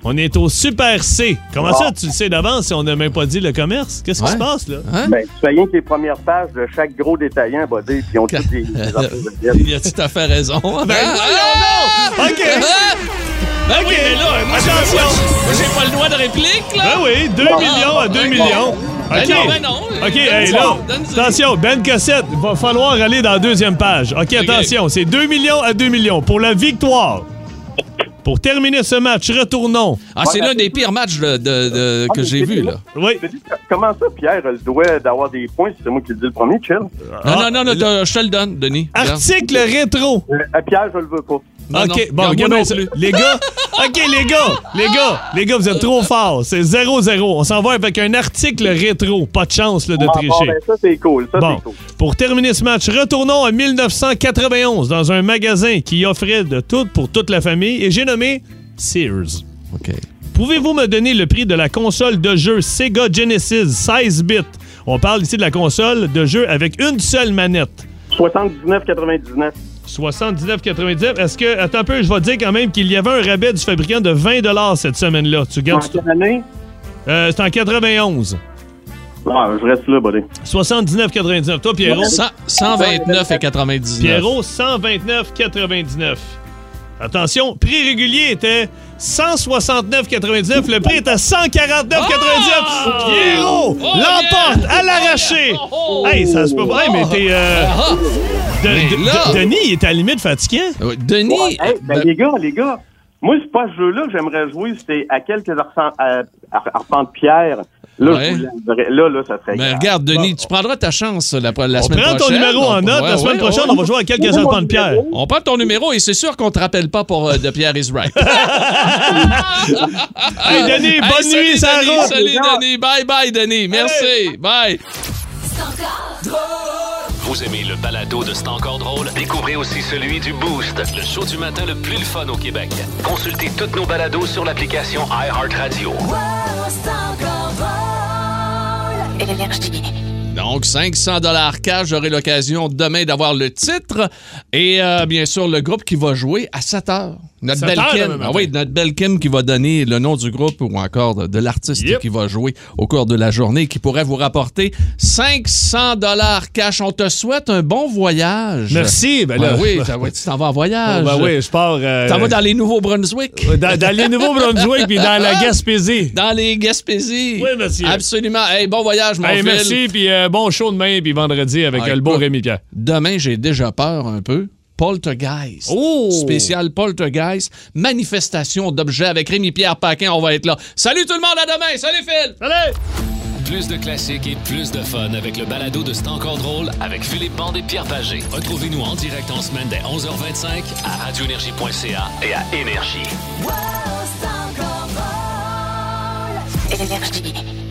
[SPEAKER 3] on est au Super C. Comment ça, tu le sais d'avance si on n'a même pas dit le commerce? Qu'est-ce qui
[SPEAKER 2] Ouais.
[SPEAKER 3] se passe, là?
[SPEAKER 2] Hein?
[SPEAKER 12] Ben, tu fais rien que les premières pages de chaque gros détaillant, Bodé, puis on dit des, des affaires de
[SPEAKER 2] Il a tout à fait raison. ah! Ben,
[SPEAKER 3] voyons donc! OK.
[SPEAKER 2] Ben oui, mais là, moi, j'ai-
[SPEAKER 3] Ah! Attention.
[SPEAKER 2] moi, j'ai pas le droit de réplique, là.
[SPEAKER 3] Ben oui, 2
[SPEAKER 2] Ah,
[SPEAKER 3] millions à
[SPEAKER 2] ben
[SPEAKER 3] 2
[SPEAKER 2] bon.
[SPEAKER 3] millions.
[SPEAKER 2] Ben
[SPEAKER 3] OK.
[SPEAKER 2] non, ben non.
[SPEAKER 3] OK,
[SPEAKER 2] Donne-y,
[SPEAKER 3] hey, là,
[SPEAKER 2] donne-y.
[SPEAKER 3] attention, Ben Cossette, il va falloir aller dans la deuxième page. OK, attention, c'est 2 millions à 2 millions pour la victoire. Pour terminer ce match, retournons.
[SPEAKER 2] Ah, c'est l'un des pires matchs de- de- de-
[SPEAKER 3] Ah,
[SPEAKER 2] que j'ai vu, là.
[SPEAKER 3] Oui.
[SPEAKER 12] Je te dis, Comment ça, Pierre, a le doigt d'avoir des points si c'est moi qui le dis le premier, chill?
[SPEAKER 3] Ah,
[SPEAKER 2] Non, non, non, t'as- je te le donne, Denis. Regarde.
[SPEAKER 3] Article rétro.
[SPEAKER 12] Euh, à Pierre, je le veux pas.
[SPEAKER 2] Non, non,
[SPEAKER 3] OK, bon,
[SPEAKER 2] regarde-moi
[SPEAKER 3] regardez
[SPEAKER 2] non
[SPEAKER 3] ça.
[SPEAKER 2] plus.
[SPEAKER 3] Les gars, OK, les gars, les gars, les gars, vous êtes trop forts. C'est 0-0. On s'en va avec un article rétro. Pas de chance là, de
[SPEAKER 12] Ah,
[SPEAKER 3] tricher.
[SPEAKER 12] bon, ben, ça, c'est cool. Ça,
[SPEAKER 3] Bon,
[SPEAKER 12] c'est cool.
[SPEAKER 3] pour terminer ce match, retournons à 1991 dans un magasin qui offrait de tout pour toute la famille et j'ai nommé Sears.
[SPEAKER 2] OK.
[SPEAKER 3] Pouvez-vous me donner le prix de la console de jeu Sega Genesis 16 bits? On parle ici de la console de jeu avec une seule manette.
[SPEAKER 12] 79,99.
[SPEAKER 3] 79,99. Est-ce que, attends un peu, je vais te dire quand même qu'il y avait un rabais du fabricant de 20 cette semaine-là. Tu
[SPEAKER 12] En
[SPEAKER 3] gardes.
[SPEAKER 12] quelle année?
[SPEAKER 3] Euh, c'est en 91.
[SPEAKER 12] Ah, je reste là, buddy.
[SPEAKER 3] 79,99. Toi, Pierrot?
[SPEAKER 2] 129 et 99.
[SPEAKER 3] Pierrot, 129,99. Attention, prix régulier était 169,99. Le prix est à 149,99.
[SPEAKER 12] Ah!
[SPEAKER 3] Pierrot
[SPEAKER 12] Oh,
[SPEAKER 3] l'emporte à l'arraché. Hey, ça se peut pas. Hey, mais t'es. euh, de-
[SPEAKER 12] Ah! Mais
[SPEAKER 3] de-
[SPEAKER 12] là-
[SPEAKER 3] de- Denis, il est à la limite fatiguant.
[SPEAKER 2] Ah Denis.
[SPEAKER 12] Ben, les gars, les gars, moi, c'est pas ce jeu-là que j'aimerais jouer, c'est à quelques arpents à- ar- arpents de pierre. Là,
[SPEAKER 2] Ouais.
[SPEAKER 12] je vous l'enverrai. là, là, ça
[SPEAKER 2] Mais
[SPEAKER 12] serait grave.
[SPEAKER 2] regarde, Denis, tu prendras ta chance la, pro- la
[SPEAKER 3] On
[SPEAKER 2] semaine
[SPEAKER 3] prend
[SPEAKER 2] prochaine.
[SPEAKER 3] ton numéro en note. La semaine prochaine, on va jouer à quelques Prends mon arpents de pierre. numéro.
[SPEAKER 2] On prend ton numéro et c'est sûr qu'on te rappelle pas pour euh, de Pierre is right.
[SPEAKER 3] Hey, Denis, bonne
[SPEAKER 2] salut,
[SPEAKER 3] nuit, ça
[SPEAKER 2] Denis,
[SPEAKER 3] roule.
[SPEAKER 2] Salut, Denis. Bye, bye, Denis. Merci. Bye.
[SPEAKER 1] Vous aimez le balado de C'est encore drôle? Découvrez aussi celui du Boost, le show du matin le plus le fun au Québec. Consultez toutes nos balados sur l'application iHeartRadio.
[SPEAKER 2] Donc, 500 dollars cash. J'aurai l'occasion demain d'avoir le titre et euh, bien sûr le groupe qui va jouer à 7 heures. Notre
[SPEAKER 11] 7
[SPEAKER 2] belle
[SPEAKER 11] heures demain
[SPEAKER 2] Kim.
[SPEAKER 11] matin.
[SPEAKER 2] Ah oui, notre belle Kim qui va donner le nom du groupe ou encore de, de l'artiste qui va jouer au cours de la journée qui pourrait vous rapporter 500 dollars cash. On te souhaite un bon voyage.
[SPEAKER 3] Merci, ben là-
[SPEAKER 2] Ah oui, t'as- ouais, tu t'en vas en voyage.
[SPEAKER 3] Ben oui, je pars. euh,
[SPEAKER 2] T'en vas dans les Nouveaux-Brunswick.
[SPEAKER 3] Dans, dans les Nouveaux-Brunswick puis dans la Gaspésie.
[SPEAKER 2] Dans les Gaspésie.
[SPEAKER 3] Oui, monsieur.
[SPEAKER 2] Absolument. Hey, bon voyage, mon
[SPEAKER 3] Hey,
[SPEAKER 2] Phil.
[SPEAKER 3] merci, puis euh, bon show demain, puis vendredi avec
[SPEAKER 2] Ah,
[SPEAKER 3] euh, le beau
[SPEAKER 2] écoute,
[SPEAKER 3] Rémi Pierre.
[SPEAKER 2] Demain, j'ai déjà peur un peu. Poltergeist.
[SPEAKER 3] Oh!
[SPEAKER 2] Spécial Poltergeist. Manifestation d'objets avec Rémi-Pierre Paquin. On va être là. Salut tout le monde, à demain. Salut Phil.
[SPEAKER 3] Salut.
[SPEAKER 1] Plus de classiques et plus de fun avec le balado de C'est encore drôle avec Philippe Bande et Pierre Pagé. Retrouvez-nous en direct en semaine dès 11h25 à radioénergie.ca et à Énergie.
[SPEAKER 4] Énergie.